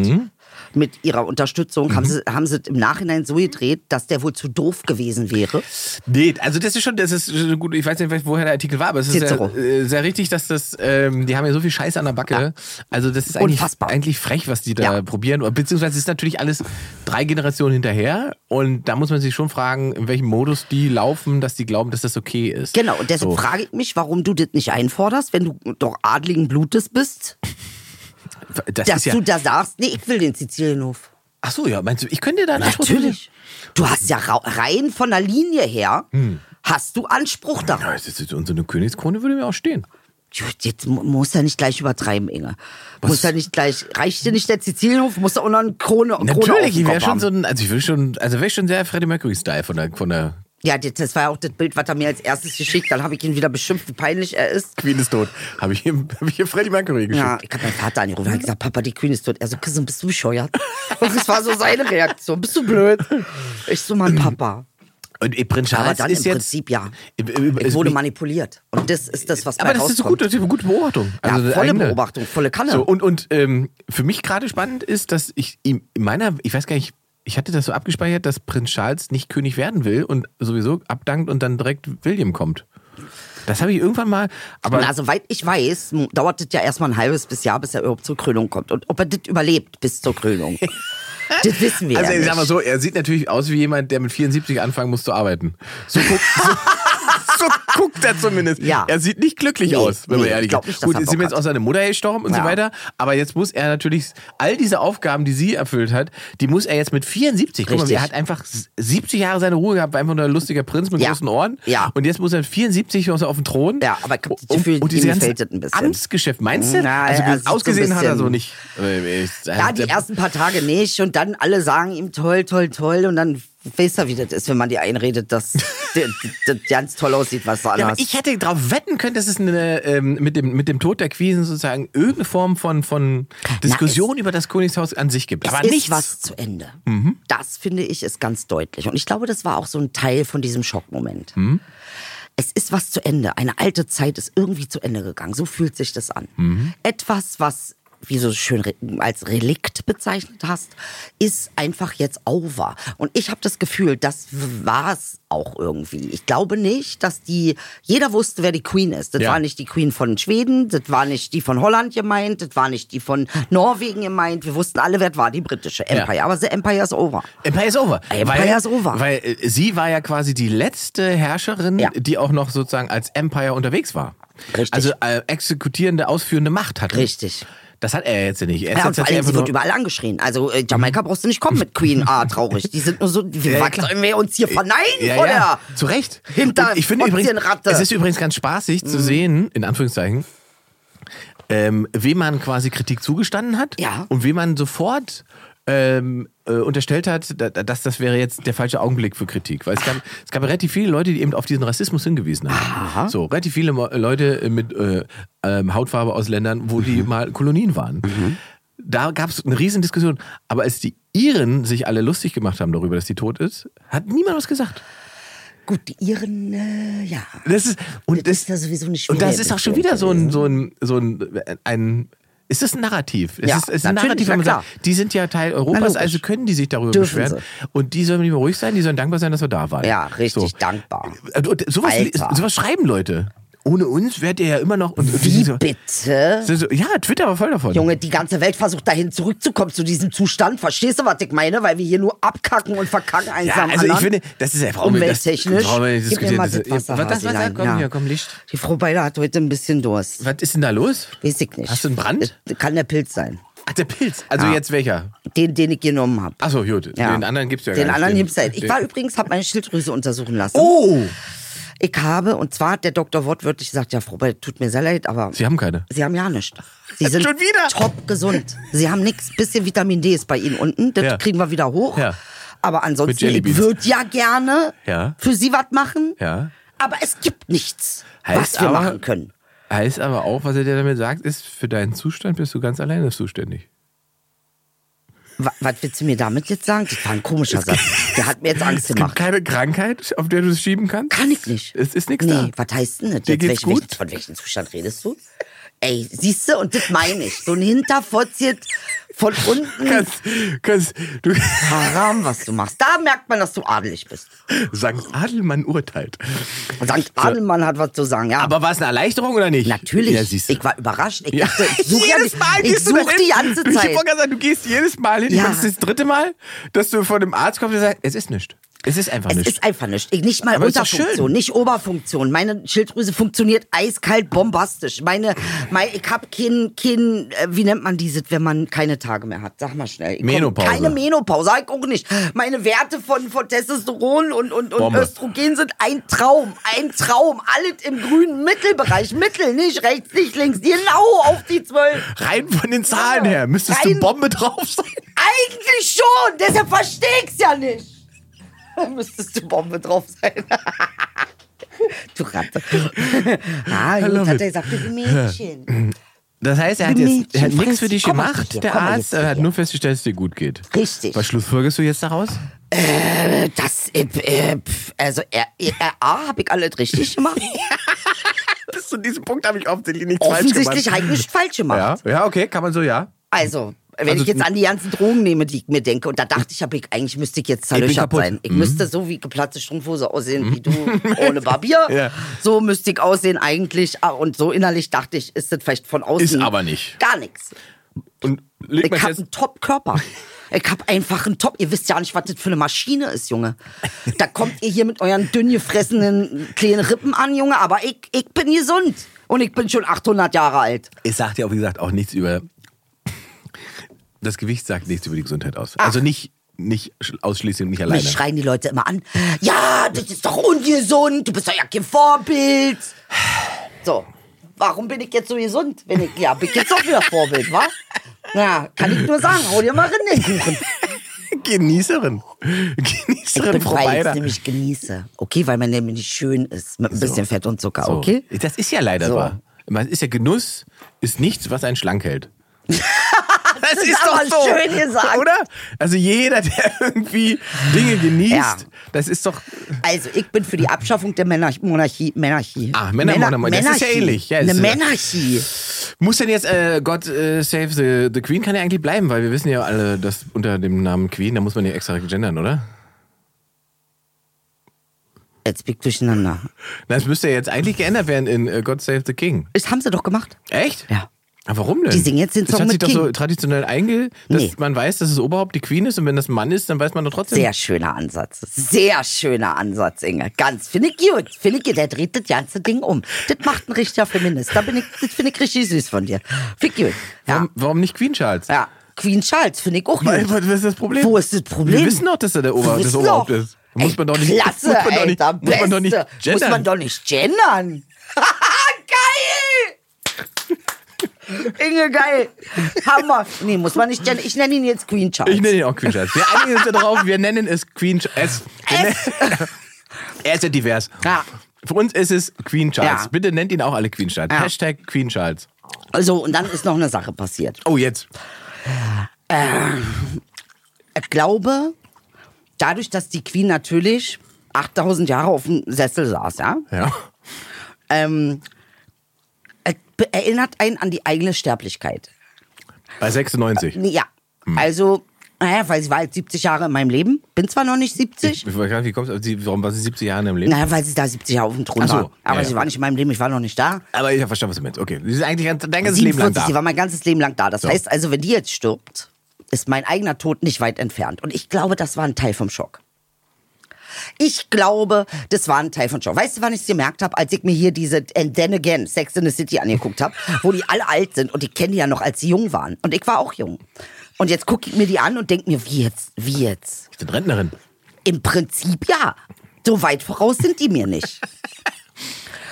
mit ihrer Unterstützung, haben, sie, haben sie im Nachhinein so gedreht, dass der wohl zu doof gewesen wäre.
Nee, also das ist schon, das ist schon gut, ich weiß nicht, woher der Artikel war, aber es ist sehr,
Cicero.
äh, sehr richtig, dass das, ähm, die haben ja so viel Scheiß an der Backe. Also das ist eigentlich,
Unfassbar.
eigentlich frech, was die da
Ja.
probieren. Oder Beziehungsweise ist natürlich alles drei Generationen hinterher und da muss man sich schon fragen, in welchem Modus die laufen, dass die glauben, dass das okay ist.
Genau, und deshalb
So.
frage ich mich, warum du das nicht einforderst, wenn du doch adligen Blutes bist,
Das
dass
ist ja,
du da sagst, nee, ich will den Sizilienhof.
ach so, ja, meinst du, ich könnte da einen Anspruch-
Natürlich. Du hast ja rau- rein von der Linie her, hast du Anspruch
Ja,
darauf.
es Ah, ist, und so eine Königskrone würde mir auch stehen.
Gut, Jetzt mu- muss ja nicht gleich übertreiben, Inge. Muss ja nicht gleich, reicht dir nicht der Sizilienhof, muss ja auch noch eine Krone, Krone auf
Natürlich,
dem
ich wäre
Kopf
schon
haben.
so ein, also ich will schon, also wäre schon sehr Freddie Mercury-Style von der, von der
Ja, das- das war ja auch das Bild, was er mir als erstes geschickt hat. Dann habe ich ihn wieder beschimpft, wie peinlich er ist.
Queen ist tot. Habe ich, ihm- hab ich hier Freddie Mercury geschickt.
Ja, ich habe meinen Vater angerufen und hab gesagt, Papa, die Queen ist tot. Er so, Kissen, bist du bescheuert? Und das war so seine Reaktion. Bist du blöd? Ich so, Mann, Papa.
Und äh, Prinz
Aber
Charles
dann
ist
im
jetzt,
Prinzip ja.
Im- im-
Ich
es-
wurde
ich-
manipuliert. Und das ist das, was
aber
bei
das ist, eine
rauskommt.
gute, das ist eine gute Beobachtung. Also eine
ja, volle
eigene-
Beobachtung, volle Kanne.
So, und und ähm, für mich gerade spannend ist, dass ich ihm- in meiner, ich weiß gar nicht, ich hatte das so abgespeichert, dass Prinz Charles nicht König werden will und sowieso abdankt und dann direkt William kommt. Das habe ich irgendwann mal, aber
Na, soweit ich weiß, m- dauert das ja erstmal ein halbes bis Jahr, bis er überhaupt zur Krönung kommt. Und ob er das überlebt bis zur Krönung, das wissen wir
Also
ja
ich
nicht.
sag mal so, er sieht natürlich aus wie jemand, der mit 74 anfangen muss zu arbeiten. So guckt, so, so guckt er zumindest.
Ja.
Er sieht nicht glücklich
Nee,
aus, wenn man
nee,
ehrlich
ich glaub
ist.
nicht, dass
Gut,
er
jetzt sind wir
Bock
jetzt auch seine Mutter gestorben und so
Ja.
weiter. Aber jetzt muss er natürlich all diese Aufgaben, die sie erfüllt hat, die muss er jetzt mit 74. Guck mal,
Richtig.
er hat einfach 70 Jahre seine Ruhe gehabt, war einfach nur ein lustiger Prinz mit
Ja.
großen Ohren.
Ja.
Und jetzt muss er mit 74 noch so auf den Thron.
Ja, aber ich hab das Gefühl, ihm fehlt das ein bisschen.
Amtsgeschäft, meinst du?
Na,
also
er
gut,
sieht so ein
ausgesehen hat er
bisschen-
so nicht. Äh, ich-
Ja, die ersten paar Tage nicht und dann alle sagen ihm toll, toll, toll und dann weißt du, wie das ist, wenn man dir einredet, dass das ganz toll aussieht, was du
Ja,
anhast.
aber ich hätte drauf wetten können, dass es eine, ähm, mit, dem, mit dem Tod der Quisen sozusagen irgendeine Form von, von Diskussion über das Königshaus an sich gibt. Aber
es
nichts. Mhm.
ist was zu Ende. Das finde ich ist ganz deutlich. Und ich glaube, das war auch so ein Teil von diesem Schockmoment.
Mhm.
Es ist was zu Ende. Eine alte Zeit ist irgendwie zu Ende gegangen. So fühlt sich das an.
Mhm.
Etwas, was wie so schön re- als Relikt bezeichnet hast, ist einfach jetzt over. Und ich habe das Gefühl, das war es auch irgendwie. Ich glaube nicht, dass die, jeder wusste, wer die Queen ist. Das
Ja.
war nicht nicht die Queen von Schweden, das war nicht die von Holland gemeint, das war nicht die von Norwegen gemeint. Wir wussten alle, wer das war, die britische Empire.
Ja.
Aber the Empire is over.
Empire is over.
Empire
weil,
is over.
Weil äh, sie war ja quasi die letzte Herrscherin,
Ja.
die auch noch sozusagen als Empire unterwegs war.
Richtig.
Also äh, exekutierende, ausführende Macht hatte.
Richtig.
Das hat er jetzt ja nicht. Er ist
Ja, und
jetzt
vor allem,
einfach
sie
nur-
wird überall angeschrien. Also äh, Jamaika brauchst du nicht kommen mit Queen. Ah, traurig. Die sind nur so, wie
Ja,
was
klar.
sollen wir uns hier verneinen?
ja,
oder?
ja, zu Recht.
Hinter Mhm.
Und ich finde übrigens,
Fotzenratte.
es ist übrigens ganz spaßig zu sehen, in Anführungszeichen, ähm, wem man quasi Kritik zugestanden hat
Ja.
und wem man sofort ähm, äh, unterstellt hat, da- da- dass das wäre jetzt der falsche Augenblick für Kritik. Weil es gab, es gab relativ viele Leute, die eben auf diesen Rassismus hingewiesen haben. So, relativ viele Mo- Leute äh, mit äh, ähm, Hautfarbe aus Ländern, wo die mal Kolonien waren. Da gab es eine riesen Diskussion. Aber als die Iren sich alle lustig gemacht haben darüber, dass die tot ist, hat niemand was gesagt.
Gut, die Iren, äh, ja.
Das ist, und
Das
das,
ist ja sowieso eine
und das
schwierige
ist auch schon
Beziehung
wieder so ein, so ein, so ein, ein ist das ein Narrativ? Es
Ja,
ist, es ist ein Narrativ,
natürlich, na
wenn man
klar.
sagt, die sind ja Teil
Na,
Europas,
logisch.
also können die sich darüber
Dürfen
beschweren. Und die sollen lieber ruhig sein, die sollen dankbar sein, dass wir da waren.
Ja, richtig
So.
dankbar.
Und, und sowas,
Alter.
sowas schreiben Leute. Ohne uns wärt ihr ja immer noch. Und, und die
Wie
so,
bitte?
so, so, ja, Twitter war voll davon.
Junge, die ganze Welt versucht dahin zurückzukommen zu diesem Zustand. Verstehst du, was ich meine? Weil wir hier nur abkacken und verkacken eins
ja,
am
also ich
anderen.
finde, das ist einfach Das,
Umwelttechnisch.
brauchen wir nicht
Gib mir
diskutieren.
mal
Das ist-
das Wasser,
was, was, was,
Hasilein,
komm
ja.
hier, komm, Licht.
Die Frau Beiler hat heute ein bisschen Durst.
Was ist denn da los?
Weiß ich nicht.
Hast du einen Brand?
Das kann der Pilz sein.
Ach, der Pilz. Also
Ja.
jetzt welcher?
Den, den ich genommen habe.
Achso, gut. Den anderen gibt's ja
Den
gar nicht.
anderen gibt's ja. Ich
den-
war übrigens, habe meine Schilddrüse untersuchen lassen.
Oh!
Ich habe, und zwar hat der Doktor wortwörtlich gesagt, ja, Frau Beiler, tut mir sehr leid, aber
Sie haben keine.
Sie haben ja nichts. Sie sind
Schon wieder?
top gesund. Sie haben nichts. Bisschen Vitamin D ist bei Ihnen unten. Das
Ja.
kriegen wir wieder hoch.
Ja.
Aber
Mit
ansonsten,
Jellybeans.
ich würde ja gerne
Ja.
für Sie was machen.
Ja.
Aber es gibt nichts,
Heißt
was wir
aber-
machen können.
Heißt aber auch, was er dir damit sagt, ist, für deinen Zustand bist du ganz alleine zuständig.
Wa- Was willst du mir damit jetzt sagen? Das war ein komischer Satz. Der hat mir jetzt Angst
Es gibt
gemacht.
keine Krankheit, auf der du es schieben kannst.
Kann ich nicht.
Es ist nichts
nee,
da.
was heißt denn das?
Dir
jetzt?
geht's
Welch- welchen-
gut?
Von welchem Zustand redest du? Ey, siehst du, und das meine ich. So ein Hinterfotzit von unten.
Kannst, kannst, du
Haram, was du machst. Da merkt man, dass du adelig bist.
St. Adelmann urteilt.
St. Adelmann hat was zu sagen, ja.
Aber war es eine Erleichterung oder nicht?
Natürlich,
Ja, siehst du.
ich war überrascht. Ich dachte, ich suche ja
jedes
nicht.
Mal
Ich
gehst du
suche
dahin.
die ganze
Ich wollte
Zeit.
gerade sagen, du gehst jedes Mal hin. Ich
Ja.
meine, das ist das dritte Mal, dass du vor dem Arzt kommst und sagst, es ist nichts. Es ist einfach
Es
nichts.
ist einfach nicht. Ich, nicht mal
Aber ist doch
Unterfunktion,
schön.
nicht Oberfunktion. Meine Schilddrüse funktioniert eiskalt bombastisch. Meine, mein, ich habe kein, kein, äh, wie nennt man dieses, wenn man keine Tage mehr hat? Sag mal schnell. Ich komm-
Menopause.
Keine Menopause, hab ich auch nicht. Meine Werte von, von Testosteron und, und, und
Bombe.
Östrogen sind ein Traum. Ein Traum. Alles im grünen Mittelbereich. Mittel, nicht rechts, nicht links. Genau auf die zwölf.
Rein von den Zahlen her müsstest du
Rein-
Bombe drauf sein.
Eigentlich schon, deshalb verstehe ich's ja nicht. Da müsstest du Bombe drauf sein. du Ratte. ah,
love
gut, hat
it.
er gesagt, du Mädchen.
Das heißt, er hat,
Mädchen,
jetzt, er hat nichts
Franzi,
für dich
komm mal
gemacht,
jetzt hier,
der
komm mal
Arzt.
jetzt
Er hat
hier.
nur festgestellt, dass es dir gut geht.
Richtig.
Was schlussfolgerst du jetzt daraus?
Das, äh, äh, pf, also, äh, äh, A, habe ich alles richtig gemacht.
Bis zu diesem Punkt habe ich offensichtlich nichts
Offensichtlich habe ich nichts falsch gemacht.
Ja, ja, okay, kann man so, ja.
Also, wenn
Also,
ich jetzt an die ganzen Drogen nehme, die ich mir denke, und da dachte ich, hab ich eigentlich müsste ich jetzt zerlöchert
kaputt. Mhm.
sein. Ich müsste so wie geplatzte Strumpfhose aussehen, wie du ohne Barbier.
Ja.
So müsste ich aussehen eigentlich. Ah, Und so innerlich dachte ich, ist das vielleicht von außen.
Ist aber nicht.
Gar nichts.
Und leg
Ich
mal
habe
fest,
einen Top-Körper. Ich hab einfach einen Top. Ihr wisst ja nicht, was das für eine Maschine ist, Junge. Da kommt ihr hier mit euren dünn gefressenen kleinen Rippen an, Junge. Aber ich, ich bin gesund. Und ich bin schon 800 Jahre alt.
Es sagt ja auch, wie gesagt, auch nichts über. Das Gewicht sagt nichts über die Gesundheit aus. Also nicht, nicht sch- ausschließlich und nicht alleine.
Mich schreien die Leute immer an. Ja, das ist doch ungesund. Du bist doch ja kein Vorbild. So. Warum bin ich jetzt so gesund? Wenn ich, ja, bin ich jetzt doch wieder Vorbild, wa? Na, kann ich nur sagen. Hol dir mal Rindenkuchen.
Genießerin.
Ich
Genießerin
bin frei,
vorbei.
jetzt nämlich genieße. Okay, weil mein Leben nicht schön ist. Mit ein bisschen Fett und Zucker,
So.
okay?
Das ist ja leider
So.
wahr. Man ist ja Genuss, ist nichts, was einen schlank hält. Das,
ist aber schön gesagt.
Oder? Also jeder, der irgendwie Dinge genießt,
Ja.
das ist doch.
Also, ich bin für die Abschaffung der Männer Monarchie. Männerchie.
Ah, Männer- Monarchie. Das ist ja ähnlich. Ja,
Eine
ist, äh,
Männerchie.
Muss denn jetzt äh, God äh, Save the, the Queen kann ja eigentlich bleiben, weil wir wissen ja alle, dass unter dem Namen Queen, da muss man ja extra gendern, oder?
Jetzt bin ich durcheinander.
Das müsste ja jetzt eigentlich geändert werden in äh, God Save the King.
Das haben sie doch gemacht.
Echt?
Ja.
Aber warum denn?
Die singen jetzt den
das
Song
hat sich
mit
doch so
King.
traditionell einge, dass
Nee.
man weiß, dass es Oberhaupt die Queen ist und wenn das ein Mann ist, dann weiß man doch trotzdem.
Sehr schöner Ansatz. Sehr schöner Ansatz, Inge. Ganz, finde ich gut. Finde ich, gut. der dreht das ganze Ding um. Das macht ein richtiger Feminist. Da bin ich, das finde ich richtig süß von dir. Finde ich gut. Ja.
Warum, warum nicht Queen Charles?
ja. Queen Charles, finde ich auch gut.
Weil, was ist das Problem?
Wo ist das Problem?
Wir wissen doch, dass er der Ober,
Wir
das
wissen
Oberhaupt
doch.
ist. Muss
Ey,
man doch nicht.
Klasse,
muss man doch nicht,
Alter,
muss man doch nicht
Beste.
gendern.
Muss man doch nicht gendern. geil! Inge, geil. Hammer. Nee, muss man nicht gendern. Ich nenne ihn jetzt Queen Charles.
ich nenne ihn auch Queen Charles. Wir einigen uns da drauf, wir nennen es Queen Charles. Er ist ja divers.
Ja.
Für uns ist es Queen Charles.
Ja.
Bitte nennt ihn auch alle Queen Charles.
Ja.
Hashtag Queen Charles.
also, und dann ist noch eine Sache passiert.
Oh, jetzt.
Ich Äh, glaube, dadurch, dass die Queen natürlich 8000 Jahre auf dem Sessel saß, ja,
Ja.
ähm, es äh, be- erinnert einen an die eigene Sterblichkeit.
Bei 96.
Ja,
Hm.
also, naja, weil sie war jetzt 70 Jahre in meinem Leben. Bin zwar noch nicht 70.
Ich weiß gar nicht, wie kommst du? sie- Warum war sie 70 Jahre im Leben?
Naja, weil sie da 70 Jahre auf dem Thron
Ach so,
war. Aber
ja, ja.
sie war nicht in meinem Leben, ich war noch nicht da.
Aber ich habe verstanden, was du meinst. Okay. Sie ist eigentlich ganz- dein ganzes Leben lang
47, sie
da.
war mein ganzes Leben lang da. Das
So.
heißt also, wenn die jetzt stirbt, ist mein eigener Tod nicht weit entfernt. Und ich glaube, das war ein Teil vom Schock. Ich glaube, das war ein Teil von Show. Weißt du, wann ich es gemerkt habe, als ich mir hier diese And Then Again, Sex in the City angeguckt habe, wo die alle alt sind und ich kenne die ja noch, als sie jung waren. Und ich war auch jung. Und jetzt gucke ich mir die an und denke mir, wie jetzt, wie jetzt?
Ich bin Rentnerin.
Im Prinzip ja. So weit voraus sind die mir nicht.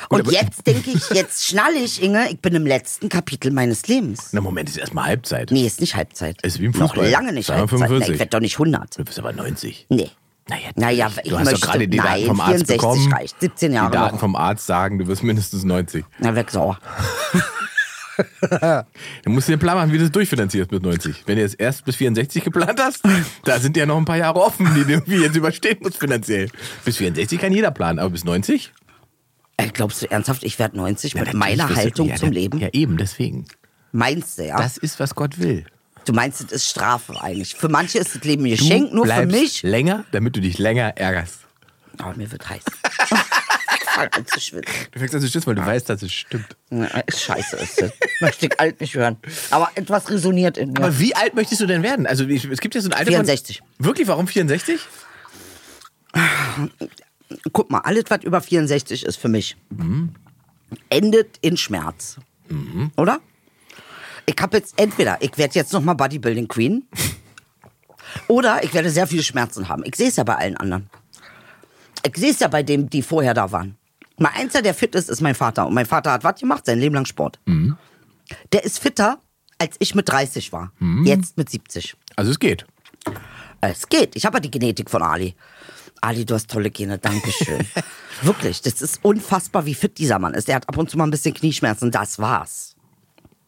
Und
aber-
jetzt denke ich, jetzt schnall ich, Inge, ich bin im letzten Kapitel meines Lebens.
Na, Moment, ist erstmal Halbzeit.
Nee, ist nicht Halbzeit.
Ist wie im
Noch
Fußball.
lange nicht
Sagen wir
Halbzeit. Na,
45.
ich werde doch nicht 100.
Du bist aber 90.
Nee.
Naja,
Naja,
du
ich
hast
möchte-
doch gerade die Daten
nein,
vom Arzt
64
bekommen.
reicht, 17 Jahre
Die Daten
noch.
vom Arzt sagen, du wirst mindestens 90.
Na, weg sauer.
Dann musst du dir einen Plan machen, wie du das durchfinanzierst mit 90. Wenn du jetzt erst bis 64 geplant hast, da sind ja noch ein paar Jahre offen, die du irgendwie jetzt überstehen musst finanziell. Bis 64 kann jeder planen, aber bis 90?
Ey, Äh, Glaubst du ernsthaft, ich werde 90 mit
natürlich
meiner
wirst du-
Haltung
ja,
zum
na-
Leben? Ah.
Ja, eben, deswegen.
Meinst du, ja?
Das ist, was Gott will.
du meinst, das ist Strafe eigentlich. Für manche ist das Leben ein
Du
Geschenk, nur für
bleibst
mich.
länger, damit du dich länger ärgerst.
Oh, mir wird heiß. ich fange an zu schwitzen.
Du fängst an zu schützen, weil du weißt, dass es stimmt.
Na, ist Scheiße ist das. Möchte ich alt nicht hören. Aber etwas resoniert in mir.
Aber wie alt möchtest du denn werden? Also ich- es gibt ja so ein Alter
64.
Von, wirklich, warum 64?
Guck mal, alles, was über 64 ist für mich, endet in Schmerz. Oder? Ich habe jetzt entweder, ich werde jetzt nochmal Bodybuilding Queen oder ich werde sehr viele Schmerzen haben. Ich sehe es ja bei allen anderen. Ich sehe es ja bei dem, die vorher da waren. Mal einziger, der fit ist, ist mein Vater. Und mein Vater hat was gemacht? Sein Leben lang Sport. Der ist fitter, als ich mit 30 war. Jetzt mit 70.
Also es geht.
Es geht. Ich habe ja die Genetik von Ali. Ali, du hast tolle Gene, Dankeschön. Wirklich, das ist unfassbar, wie fit dieser Mann ist. Der hat ab und zu mal ein bisschen Knieschmerzen, das war's.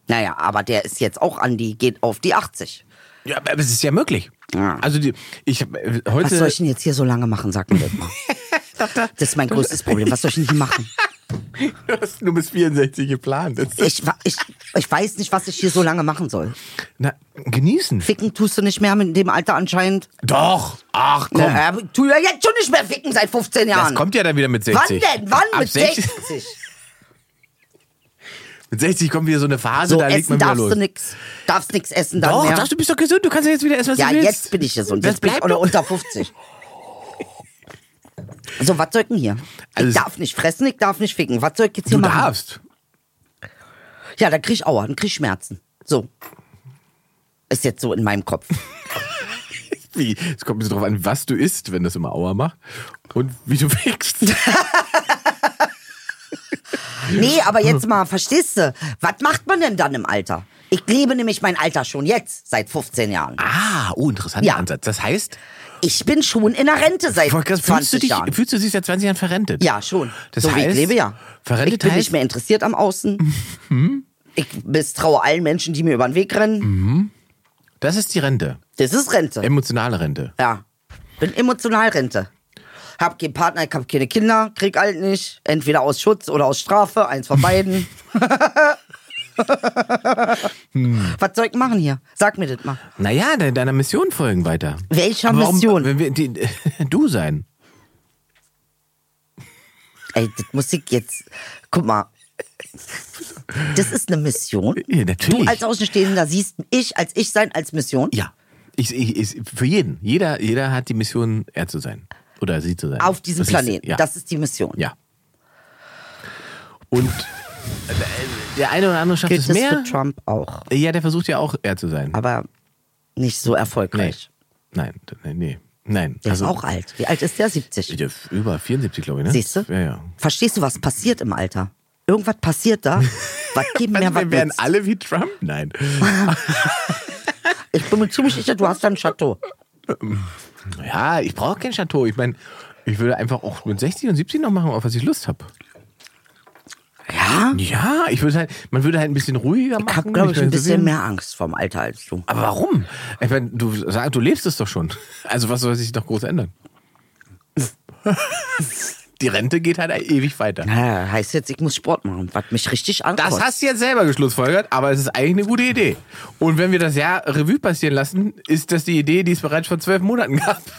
Naja, aber der ist jetzt auch an die, geht auf die 80.
Ja, aber es ist ja möglich.
Ja.
Also die, ich hab, äh, heute
Was soll ich denn jetzt hier so lange machen, sag mir das mal. Das ist mein größtes Problem. Was soll ich denn hier machen?
Du hast nur bis 64 geplant. Das-
Ich, wa- ich, ich weiß nicht, was ich hier so lange machen soll.
Na, genießen.
Ficken tust du nicht mehr mit dem Alter anscheinend.
Doch. Ach komm.
Na, äh, aber ich tu ja jetzt schon nicht mehr ficken seit 15 Jahren.
das kommt ja dann wieder mit
Wann
60.
denn? Wann
Ab
mit 60?
Mit 60 kommt wieder so eine Phase,
So
Also da legt
essen
man wieder
darfst
los.
du nix. Darfst nix essen dann
Doch,
mehr.
doch, du bist doch gesund, du kannst ja jetzt wieder essen, was
ja,
du willst.
jetzt bin ich gesund.
Das
Jetzt bin ich
bleibt
auch noch
doch.
unter 50. So, was soll ich denn hier?
Also es-
ich darf nicht fressen, ich darf nicht ficken. Was soll ich jetzt hier
Du
machen?
darfst.
Ja, dann krieg ich Aua, dann krieg ich Schmerzen. So. Ist jetzt so in meinem Kopf.
Wie? Es kommt ein bisschen drauf an, was du isst, wenn das immer Aua macht. Und wie du wächst.
Nee, aber jetzt mal, verstehst du? Was macht man denn dann im Alter? Ich lebe nämlich mein Alter schon jetzt, seit 15 Jahren.
Ah, oh, interessanter
Ja.
Ansatz. Das heißt,
Ich bin schon in der Rente seit
Wolfgang,
20
fühlst du, dich,
Jahren.
fühlst du dich seit 20 Jahren verrentet?
Ja, schon.
Das
so wie
heißt,
ich lebe, ja.
verrentet
ich bin
heißt-
nicht mehr interessiert am Außen. Ich misstraue allen Menschen, die mir über den Weg rennen.
Mhm. Das ist die Rente.
Das ist Rente.
Emotionale Rente.
ja. Bin emotional Rente. Hab keinen Partner, ich hab keine Kinder, krieg alt nicht. Entweder aus Schutz oder aus Strafe, eins von beiden. Was soll ich machen hier? Sag mir das mal.
Naja, de deiner Mission folgen weiter.
Welcher
Warum-
Mission?
Wenn wir, die, du sein.
Ey, das muss ich jetzt. Guck mal. Das ist eine Mission.
Ja, natürlich.
Du als Außenstehender siehst ich als ich sein als Mission.
ja. Ich, ich, ich, für jeden. Jeder, jeder hat die Mission, er zu sein. Oder sie zu sein.
Auf diesem
Das ist-
Planeten.
ja.
Das ist die Mission.
Ja. Und äh, der eine oder andere schafft
Gilt
es
es
mehr.
für Trump auch.
Ja, der versucht ja auch er zu sein.
Aber nicht so
nee. Also
erfolgreich.
Nein, d- nee, nee. Nein.
Der ist auch alt. Wie alt ist der? 70.
Ja, Über 74, glaube ich, ne?
Siehst du?
Ja, ja.
Verstehst du, was passiert im Alter? Irgendwas passiert da. Was geben
Also, Wir
mehr, was
werden
nützt.
alle wie Trump? Nein.
Ich bin mir ziemlich sicher, du hast da ein Chateau.
Ja, ich brauche kein Chateau. Ich meine, ich würde einfach auch mit 60 und 70 noch machen, auf was ich Lust habe.
Ja?
Ja, ich würde halt, man würde halt ein bisschen ruhiger machen.
Ich habe, glaube ich,
nicht
ein
mehr so
bisschen
viel-
mehr Angst vorm Alter als du.
Aber warum? Ich meine, du sagst, du lebst es doch schon. Also was soll sich noch groß ändern? Die Rente geht halt ewig weiter.
Ja, heißt jetzt, ich muss Sport machen, was mich richtig ankotzt.
Das hast du jetzt selber geschlussfolgert, aber es ist eigentlich eine gute Idee. Und wenn wir das Jahr Revue passieren lassen, ist das die Idee, die es bereits vor zwölf Monaten gab.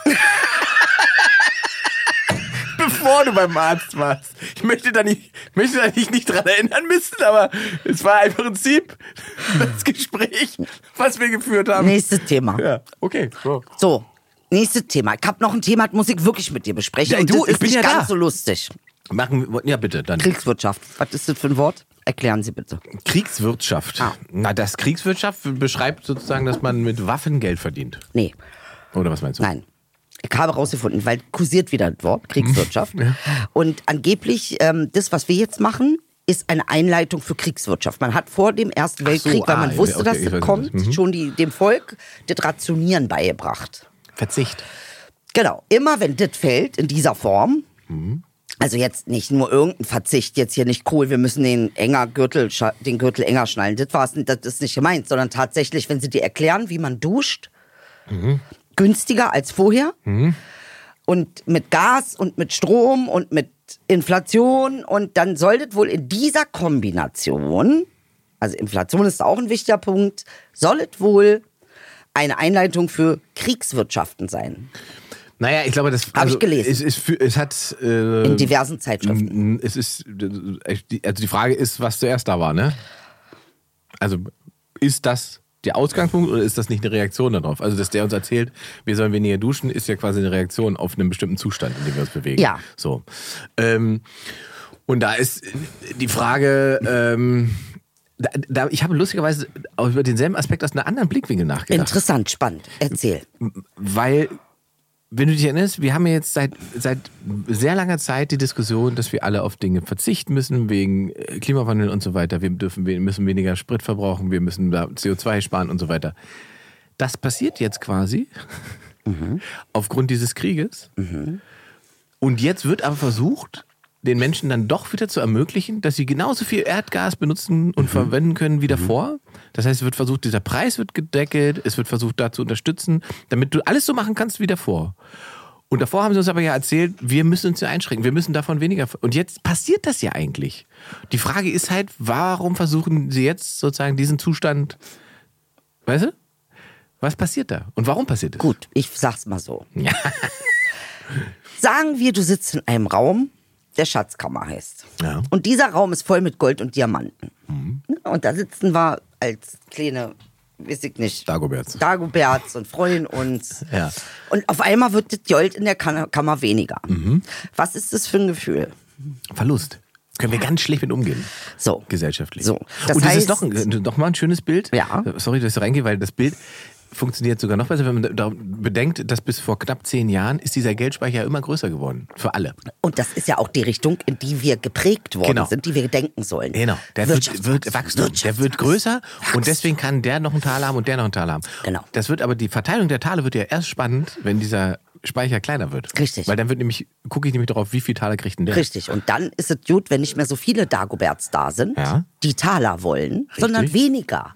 Bevor du beim Arzt warst. Ich möchte da nicht, möchte da nicht, nicht dran erinnern müssen, aber es war im Prinzip das Gespräch, was wir geführt haben.
Nächstes Thema.
Ja, okay. So.
So, nächstes Thema. Ich habe noch ein Thema, das muss ich wirklich mit dir besprechen.
Ja,
und
du,
das ist
ich bin
nicht
ja
ganz
da.
so lustig.
Machen wir, ja bitte, dann.
Kriegswirtschaft. Was ist das für ein Wort? Erklären Sie bitte.
Kriegswirtschaft.
Ah.
Na, das Kriegswirtschaft beschreibt sozusagen, dass man mit Waffen Geld verdient.
Nee,
Oder was meinst du?
nein. Ich habe rausgefunden, weil kursiert wieder das Wort Kriegswirtschaft. Und angeblich, ähm, das, was wir jetzt machen, ist eine Einleitung für Kriegswirtschaft. Man hat vor dem Ersten Weltkrieg, weil
ah,
man
ja,
wusste,
okay,
dass
ich
das
weiß,
kommt,
was- mhm.
schon die, dem Volk das Rationieren beigebracht.
Verzicht.
Genau, immer wenn das fällt in dieser Form, also jetzt nicht nur irgendein Verzicht, jetzt hier nicht cool, wir müssen den enger Gürtel, scha- den Gürtel enger schnallen, das war's, das ist nicht gemeint, sondern tatsächlich, wenn sie dir erklären, wie man duscht, günstiger als vorher und mit Gas und mit Strom und mit Inflation und dann soll das wohl in dieser Kombination, also Inflation ist auch ein wichtiger Punkt, soll es wohl eine Einleitung für Kriegswirtschaften sein.
Naja, ich glaube, das also,
ich gelesen.
Es, es, fü- es hat. Äh,
In diversen Zeitschriften.
n- Es ist. Also die Frage ist, was zuerst da war, ne? Also ist das der Ausgangspunkt oder ist das nicht eine Reaktion darauf? Also, dass der uns erzählt, wir sollen weniger duschen, ist ja quasi eine Reaktion auf einen bestimmten Zustand, in dem wir uns bewegen.
Ja.
So. Ähm, und da ist die Frage. Ähm, da, da, ich habe lustigerweise auch über denselben Aspekt aus einem anderen Blickwinkel nachgedacht.
Interessant, spannend. Erzähl.
Weil, wenn du dich erinnerst, wir haben ja jetzt seit, seit sehr langer Zeit die Diskussion, dass wir alle auf Dinge verzichten müssen, wegen äh, Klimawandel und so weiter. Wir dürfen, wir müssen weniger Sprit verbrauchen, wir müssen da CO2 sparen und so weiter. Das passiert jetzt quasi aufgrund dieses Krieges. Und jetzt wird aber versucht, den Menschen dann doch wieder zu ermöglichen, dass sie genauso viel Erdgas benutzen und verwenden können wie davor. Das heißt, es wird versucht, dieser Preis wird gedeckelt, es wird versucht, da zu unterstützen, damit du alles so machen kannst wie davor. Und davor haben sie uns aber ja erzählt, wir müssen uns ja einschränken, wir müssen davon weniger. ver- Und jetzt passiert das ja eigentlich. Die Frage ist halt, warum versuchen sie jetzt sozusagen diesen Zustand, weißt du? Was passiert da? Und warum passiert das?
Gut, ich sag's mal so. Sagen wir, du sitzt in einem Raum, der Schatzkammer heißt.
Ja. Mhm.
Und dieser Raum ist voll mit Gold und Diamanten. Ne, Und da sitzen wir als kleine, weiß ich nicht,
Dagoberts.
Dagoberts und freuen uns.
Ja.
Und auf einmal wird das Gold in der Kan- Kammer weniger.
Mhm.
Was ist das für ein Gefühl?
Verlust. Können wir ganz schlecht mit umgehen.
So.
Gesellschaftlich.
So. Das
und das
heißt-
ist noch, ein- noch mal ein schönes Bild.
Ja.
Sorry, dass ich reingehe, weil das Bild funktioniert sogar noch besser, wenn man da- da bedenkt, dass bis vor knapp zehn Jahren ist dieser Geldspeicher immer größer geworden. Für alle.
Und das ist ja auch die Richtung, in die wir geprägt worden
Genau.
sind, die wir denken sollen.
Genau. Der wird, wird
Wirtschaftswachstum.
Wachstum. Der wird größer und deswegen kann der noch einen Tal haben und der noch einen Tal haben.
Genau.
Das wird aber die Verteilung der Tale wird ja erst spannend, wenn dieser Speicher kleiner wird.
Richtig.
Weil dann wird nämlich, gucke ich nämlich darauf, wie viele Tale kriegt denn der?
Richtig. Und dann ist es gut, wenn nicht mehr so viele Dagoberts da sind,
Ja.
die Taler wollen, sondern weniger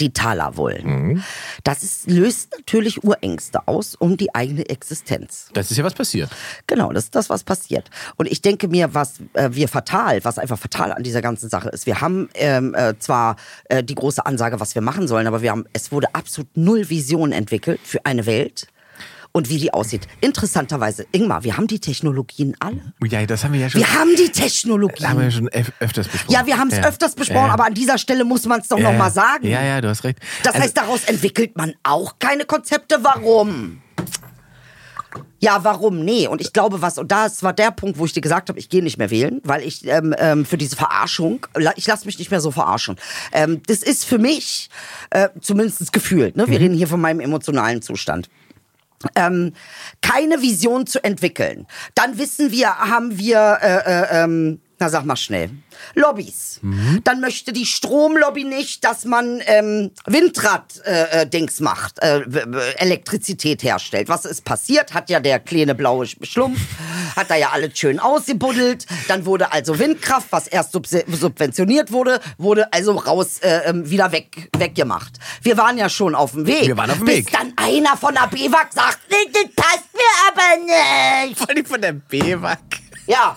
die Taler wollen. Das ist, löst natürlich Urängste aus um die eigene Existenz.
Das ist ja was passiert.
Genau, das ist das, was passiert. Und ich denke mir, was äh, wir fatal, was einfach fatal an dieser ganzen Sache ist, wir haben ähm, äh, zwar äh, die große Ansage, was wir machen sollen, aber wir haben, es wurde absolut null Vision entwickelt für eine Welt und wie die aussieht. Interessanterweise, Ingmar, wir haben die Technologien alle.
Ja, das haben wir ja schon.
Wir haben die
Das haben wir
Technologien.
schon öf öfters besprochen.
Ja, wir haben es öfters besprochen,
Ja.
aber an dieser Stelle muss man es doch
Ja,
nochmal
ja.
sagen.
Ja, Also ja, du hast recht.
Das heißt, daraus entwickelt man auch keine Konzepte. Warum? Ja, warum? Nee. Und ich glaube, was, und das war der Punkt, wo ich dir gesagt habe, ich gehe nicht mehr wählen, weil ich ähm, ähm, für diese Verarschung, la- ich lasse mich nicht mehr so verarschen. Ähm, das ist für mich, äh, zumindest gefühlt, ne? wir
Mhm.
reden hier von meinem emotionalen Zustand ähm, keine Vision zu entwickeln, dann wissen wir, haben wir, äh, äh, ähm, na sag mal schnell, Lobbys.
Mhm.
Dann möchte die Stromlobby nicht, dass man ähm, Windrad-Dings äh, Dings macht, äh, w- w- Elektrizität herstellt. Was ist passiert? Hat ja der kleine blaue Sch- Schlumpf, hat da ja alles schön ausgebuddelt. Dann wurde also Windkraft, was erst sub subventioniert wurde, wurde also raus, äh, ähm, wieder weg, weggemacht. Wir waren ja schon auf dem Weg.
Wir waren auf dem
bis
Weg.
Dann dann einer von der BWAG sagt, nee, das passt mir aber nicht.
Vor allem von der BWAG.
Ja.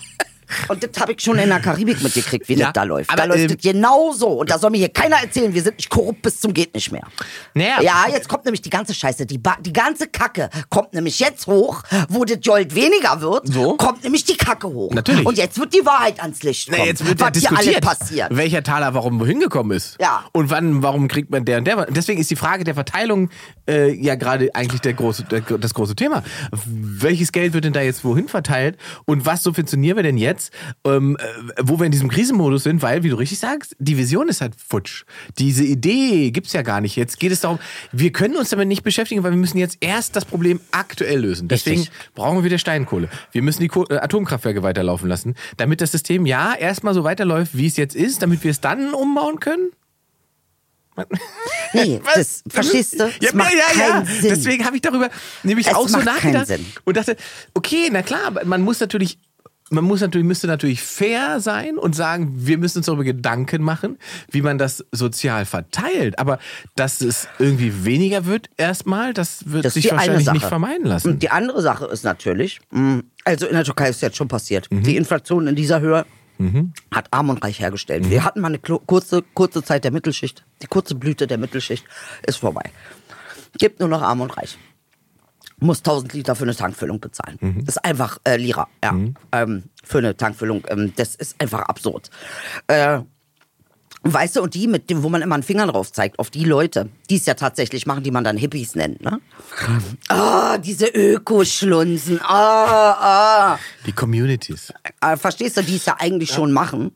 Und das habe ich schon in der Karibik mitgekriegt, wie
Ja,
das da läuft. da
aber,
läuft
ähm,
das genauso. Und da soll mir hier keiner erzählen, wir sind nicht korrupt bis zum geht nicht mehr.
Naja.
Ja, jetzt kommt nämlich die ganze Scheiße, die, ba die ganze Kacke kommt nämlich jetzt hoch, wo das Gold weniger wird,
So.
kommt nämlich die Kacke hoch.
Natürlich.
Und jetzt wird die Wahrheit ans Licht kommen,
Na, jetzt wird ja
was hier alles
diskutiert,
passiert.
welcher Taler warum wohin gekommen ist.
Ja.
Und wann, warum kriegt man der und der. Deswegen ist die Frage der Verteilung äh, ja gerade eigentlich der große, der, das große Thema. Welches Geld wird denn da jetzt wohin verteilt und was subventionieren wir denn jetzt, ähm, äh, wo wir in diesem Krisenmodus sind, weil, wie du richtig sagst, die Vision ist halt futsch. Diese Idee gibt's ja gar nicht. Jetzt geht es darum, wir können uns damit nicht beschäftigen, weil wir müssen jetzt erst das Problem aktuell lösen. Deswegen
Richtig.
brauchen wir wieder Steinkohle. Wir müssen die Ko äh, Atomkraftwerke weiterlaufen lassen, damit das System ja erstmal so weiterläuft, wie es jetzt ist, damit wir es dann umbauen können.
nee, das, verstehst du? Das
Ja,
macht
ja, ja.
keinen Sinn.
Deswegen habe ich darüber nämlich
Es
auch so
macht keinen
nachgedacht
Sinn.
und dachte, okay, na klar, aber man muss natürlich man muss natürlich, müsste natürlich fair sein und sagen, wir müssen uns darüber Gedanken machen, wie man das sozial verteilt. Aber dass es irgendwie weniger wird erstmal, das wird
Das
sich
ist die eine
wahrscheinlich
Sache.
nicht vermeiden lassen.
Und die andere Sache ist natürlich, mh, also in der Türkei ist jetzt schon passiert,
Mhm.
die Inflation in dieser Höhe hat arm und reich hergestellt.
Mhm.
Wir hatten mal eine klo- kurze, kurze Zeit der Mittelschicht, die kurze Blüte der Mittelschicht ist vorbei. Gibt nur noch arm und reich. Muss 1000 Liter für eine Tankfüllung bezahlen.
Mhm.
Das ist einfach äh, Lira, ja. Ähm, für eine Tankfüllung. Ähm, das ist einfach absurd. Äh, und Weißt du, und die, mit dem, wo man immer einen Finger drauf zeigt, auf die Leute, die es ja tatsächlich machen, die man dann Hippies nennt, ne? Ah, diese Ökoschlunzen, ah, ah.
Die Communities.
Äh, Verstehst du, die es ja eigentlich schon machen,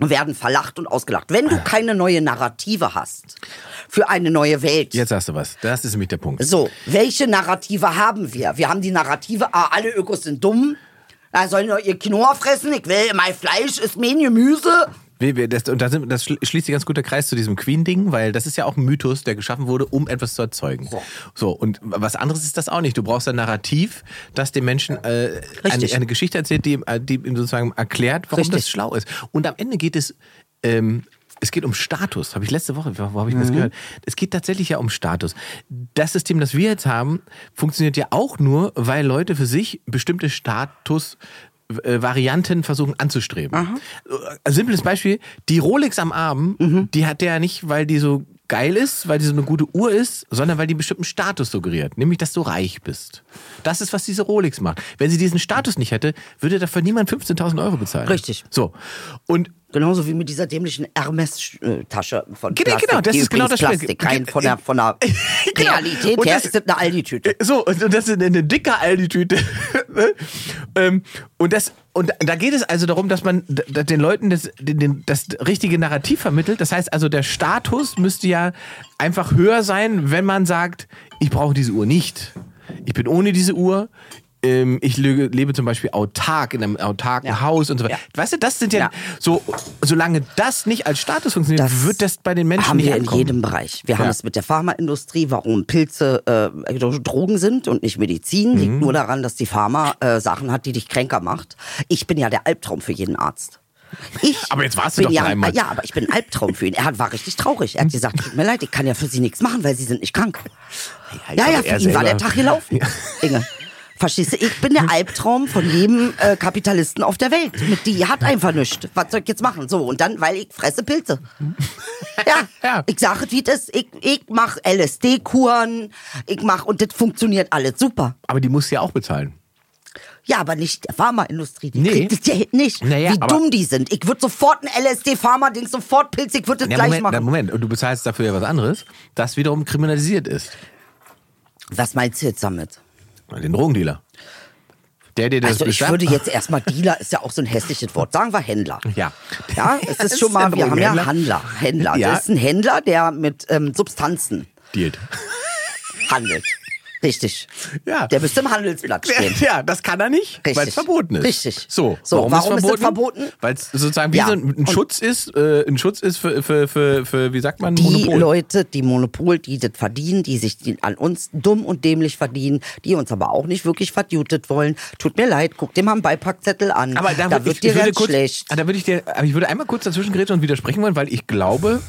werden verlacht und ausgelacht. Wenn du keine neue Narrative hast für eine neue Welt.
Jetzt sagst du was. Das ist nämlich der Punkt.
So, welche Narrative haben wir? Wir haben die Narrative, ah, alle Ökos sind dumm, da sollen nur ihr Quinoa fressen, ich will, mein Fleisch ist mein Gemüse.
Wir- wir- Das, und das, sind- das schli- schließt sich ganz gut der Kreis zu diesem Queen-Ding, weil das ist ja auch ein Mythos, der geschaffen wurde, um etwas zu erzeugen. So, und was anderes ist das auch nicht. Du brauchst ein Narrativ, das den Menschen äh, eine,
Richtig.
eine Geschichte erzählt, die, ihm- äh, die ihm sozusagen erklärt, warum
Richtig.
das schlau ist. Und am Ende geht es. Ähm, es geht um Status, habe ich letzte Woche, wo habe ich das gehört? Es geht tatsächlich ja um Status. Das System, das wir jetzt haben, funktioniert ja auch nur, weil Leute für sich bestimmte Status äh, Varianten versuchen anzustreben. Äh, Simples Beispiel, die Rolex am Arm, die hat der ja nicht, weil die so geil ist, weil die so eine gute Uhr ist, sondern weil die einen bestimmten Status suggeriert, nämlich dass du reich bist. Das ist, was diese Rolex macht. Wenn sie diesen Status nicht hätte, würde dafür niemand 15.000 Euro bezahlen.
Richtig.
So. Und
Genauso wie mit dieser dämlichen Hermes-Tasche von
Genau,
Plastik.
genau, das
Die
ist genau
übrigens
das Spiel.
Plastik, rein von der, von der
Genau.
Realität
Und
her
das-
ist das eine Aldi-Tüte.
So, und, und das ist eine, eine dicke Aldi-Tüte. ne? ähm, und das. Und da geht es also darum, dass man d- d- den Leuten das, den, den, das richtige Narrativ vermittelt. Das heißt also, der Status müsste ja einfach höher sein, wenn man sagt, ich brauche diese Uhr nicht. Ich bin ohne diese Uhr. Ähm, ich lege, lebe zum Beispiel autark in einem autarken
Ja.
Haus und so weiter.
Ja.
Weißt du, das sind ja,
Ja.
so, solange das nicht als Status funktioniert,
Das
wird das bei den Menschen
haben
nicht
wir in
ankommen.
jedem Bereich. Wir haben
Ja.
es mit der Pharmaindustrie, warum Pilze äh, Drogen sind und nicht Medizin,
Mhm.
liegt nur daran, dass die Pharma äh, Sachen hat, die dich kränker macht. Ich bin ja der Albtraum für jeden Arzt. Ich
Aber jetzt warst du
bin
doch
ja,
dreimal.
Ja, aber ich bin ein Albtraum für ihn. Er hat- war richtig traurig. Er hat gesagt, tut mir leid, ich kann ja für Sie nichts machen, weil Sie sind nicht krank.
ich
Ja, ja,
glaube,
für
er
ihn war
selber-
der Tag gelaufen. Inge. Verstehst du? Ich bin der Albtraum von jedem äh, Kapitalisten auf der Welt. Mit die hat einfach nichts. Was soll ich jetzt machen? So, und dann, weil ich fresse Pilze. Ja,
Ja.
ich sage es, wie das ist. Ich, ich mache LSD-Kuren, ich mache, und das funktioniert alles super.
Aber die muss ja auch bezahlen.
Ja, aber nicht der Pharmaindustrie. Die
Nee.
kriegt das Geld nicht.
Naja,
wie
aber-
dumm die sind. Ich würde sofort ein LSD-Pharma-Ding, sofort Pilz, ich würde das
Ja,
gleich
Moment,
machen.
na, Moment, und du bezahlst dafür ja was anderes, das wiederum kriminalisiert ist.
Was meinst du jetzt damit?
Den Drogendealer. Der, der das
Also ich
bestand-
würde jetzt erstmal Dealer ist ja auch so ein hässliches Wort. Sagen wir Händler.
Ja.
Ja, es
Das
ist schon
ist
mal,
ein
wir haben ja
Drogenhändler.
Handler. Händler.
Ja.
Das ist ein Händler, der mit ähm, Substanzen
dealt.
handelt. Richtig.
Ja.
Der müsste im Handelsblatt stehen.
Ja, das kann er nicht,
Richtig.
weil es verboten ist.
Richtig.
So,
So, warum ist
es
es
verboten?
verboten?
Weil es sozusagen wie
Ja.
so ein, ein
Und-
Schutz ist, äh, ein Schutz ist für, für, für, für wie sagt man,
Die
Monopol.
Leute, die Monopol, die das verdienen, die sich die an uns dumm und dämlich verdienen, die uns aber auch nicht wirklich verjutet wollen. Tut mir leid, guck dir mal einen Beipackzettel an.
Aber da,
da
würd-
wird
ich
dir
würde
ganz
kurz,
schlecht.
Ah, Da würde ich dir, aber ich würde einmal kurz dazwischen grätschen und widersprechen wollen, weil ich glaube,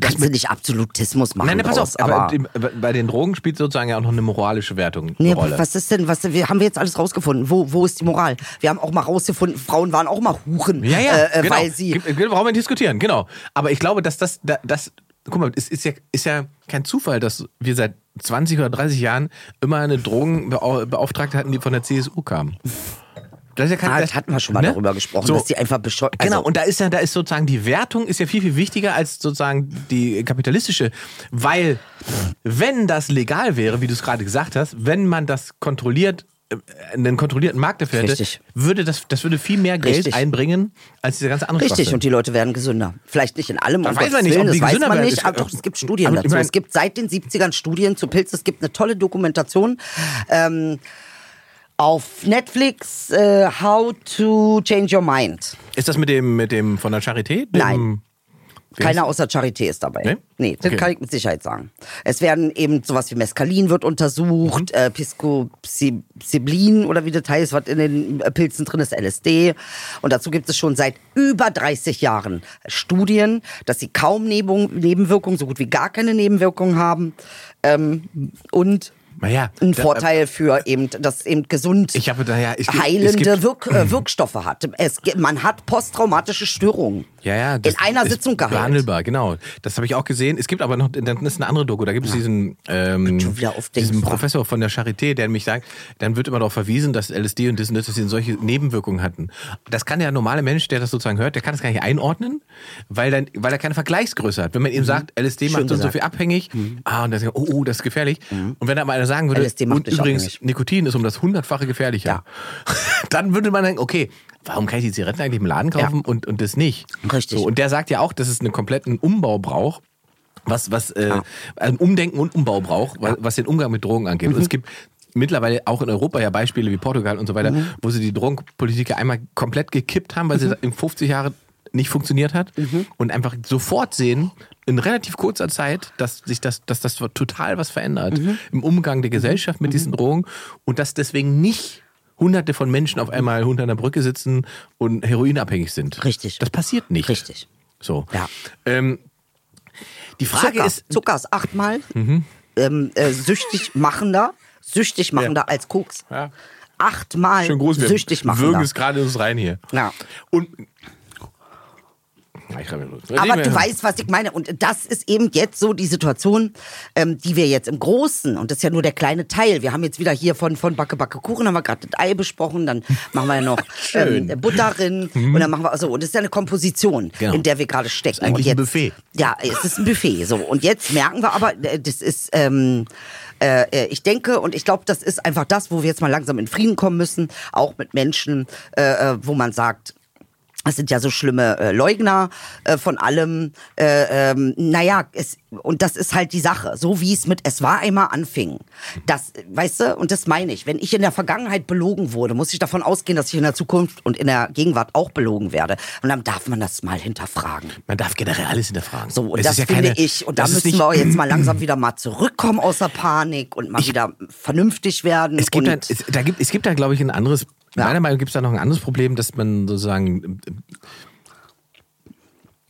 Kannst du nicht Absolutismus machen
Äh, nein, nein, pass
draus,
auf, aber dem- bei den Drogen spielt sozusagen ja auch noch eine moralische Wertung eine
Nee,
Rolle.
was ist denn, was wir haben wir jetzt alles rausgefunden? Wo, wo ist die Moral? Wir haben auch mal rausgefunden, Frauen waren auch mal Huren,
Ja, ja,
äh, äh,
genau.
weil sie
Gibt- gibt- Brauchen wir nicht diskutieren, genau. Aber ich glaube, dass das, da- das guck mal, es ist ja, ist ja kein Zufall, dass wir seit 20 oder 30 Jahren immer eine Drogenbeauftragte hatten, die von der CSU kam. Das, ist ja kein,
Ah, das hatten wir schon mal darüber gesprochen, dass die einfach bescheu- also-
Ne? Genau, und da ist ja, da ist sozusagen die Wertung ist ja viel, viel wichtiger als sozusagen die kapitalistische. Weil, wenn das legal wäre, wie du es gerade gesagt hast, wenn man das kontrolliert, äh, einen kontrollierten Markt dafür hätte,
Richtig.
würde das, das würde viel mehr Geld
Richtig.
einbringen als diese ganze andere
Richtig,
Schwachsinn.
und die Leute werden gesünder. Vielleicht nicht in allem,
Da
um
weiß
Gottes
man nicht, ob
Willen,
die
das weiß
gesünder
man
werden.
nicht,
Ich-
aber doch, es gibt Studien
Aber ich
dazu.
mein-
es gibt seit den 70ern Studien zu Pilz, es gibt eine tolle Dokumentation. Ähm, auf Netflix, äh, How to Change Your Mind.
Ist das mit dem, mit dem von der Charité? Dem,
Nein.
Wer
Keiner außer Charité ist dabei.
Nee?
Nee, das
Okay.
kann ich mit Sicherheit sagen. Es werden eben sowas wie Mescalin wird
Mhm.
untersucht, äh, Piscoxibin oder wie das heißt, was in den äh, Pilzen drin ist, LSD. Und dazu gibt es schon seit über 30 Jahren Studien, dass sie kaum Nebung, Nebenwirkungen, so gut wie gar keine Nebenwirkungen haben. Ähm, und
Naja,
ein
da-
Vorteil für eben, dass eben gesund
äh, Ich habe da ja- ich- es
heilende
gibt-
Wirk, äh, Wirkstoffe hat. Es, ge- man hat posttraumatische Störungen.
Ja, ja.
in einer
ist
Sitzung geheilt.
Behandelbar, genau. Das habe ich auch gesehen. Es gibt aber noch, dann ist eine andere Doku. Da gibt es diesen, ähm,
schon wieder auf den
diesen
Schwach.
Professor von der Charité, der nämlich sagt, dann wird immer darauf verwiesen, dass LSD und das und das dass sie solche Nebenwirkungen hatten. Das kann der normale Mensch, der das sozusagen hört, der kann das gar nicht einordnen, weil, dann, weil er keine Vergleichsgröße hat. Wenn man ihm sagt, LSD macht so und so
Mhm. gesagt. Mhm.
viel abhängig, ah, und dann sagt er, oh, oh, das ist gefährlich. Und wenn da mal einer sagen würde,
LSD macht
und
dich
übrigens,
abhängig.
Nikotin ist um das hundertfache gefährlicher,
Ja.
dann würde man denken, okay, warum kann ich die Zigaretten eigentlich im Laden kaufen und, und das nicht?
Richtig.
So, und der sagt ja auch, dass es einen kompletten Umbau braucht. Was, was, äh, ein Umdenken und Umbau braucht, wa- was den Umgang mit Drogen angeht.
Mhm.
Und es gibt mittlerweile auch in Europa ja Beispiele wie Portugal und so weiter,
Mhm.
wo sie die Drogenpolitik ja einmal komplett gekippt haben, weil sie in 50 Jahren nicht funktioniert hat
Mhm.
und einfach sofort sehen, in relativ kurzer Zeit, dass sich das, dass das total was verändert
Mhm.
im Umgang der Gesellschaft mit diesen Drogen und dass deswegen nicht hunderte von Menschen auf einmal unter einer Brücke sitzen und heroinabhängig sind.
Richtig.
Das passiert nicht.
Richtig.
So.
Ja.
Ähm, die Frage
Zucker.
ist, Mhm.
Zucker ist achtmal ähm, äh, süchtig machender, süchtig machender als Koks.
Ja.
Achtmal
schön groß, wir
süchtig
würgen
machender.
es gerade in uns rein hier.
Ja.
Und ich reib mir los.
Aber du weißt, was ich meine. Und das ist eben jetzt so die Situation, ähm, die wir jetzt im Großen, und das ist ja nur der kleine Teil. Wir haben jetzt wieder hier von, von Backe Backe Kuchen, haben wir gerade das Ei besprochen, dann machen wir ja noch ähm, Butter drin und dann machen wir, also, und das ist ja eine Komposition,
Mhm. Genau.
in der wir gerade stecken.
eigentlich
und
ein
jetzt,
Buffet.
Ja, es ist ein Buffet. So. Und jetzt merken wir aber, äh, das ist, ähm, äh, äh, ich denke und ich glaube, das ist einfach das, wo wir jetzt mal langsam in Frieden kommen müssen, auch mit Menschen, äh, äh, wo man sagt, es sind ja so schlimme äh, Leugner äh, von allem. Äh, ähm, naja, es, und das ist halt die Sache. So wie es mit Es war einmal anfing. Das, äh, weißt du, und das meine ich. Wenn ich in der Vergangenheit belogen wurde, muss ich davon ausgehen, dass ich in der Zukunft und in der Gegenwart auch belogen werde. Und dann darf man das mal hinterfragen.
Man darf generell alles hinterfragen.
So, und
Es
das
ist ja
finde
keine-
ich. Und da
das ist
müssen
nicht-
wir auch jetzt mal langsam wieder mal zurückkommen aus der Panik und mal wieder vernünftig werden.
Es gibt, halt
und
dann, es, da gibt, es gibt dann, glaube ich, ein anderes, meiner Meinung nach gibt es da noch ein anderes Problem, dass man sozusagen. ähm,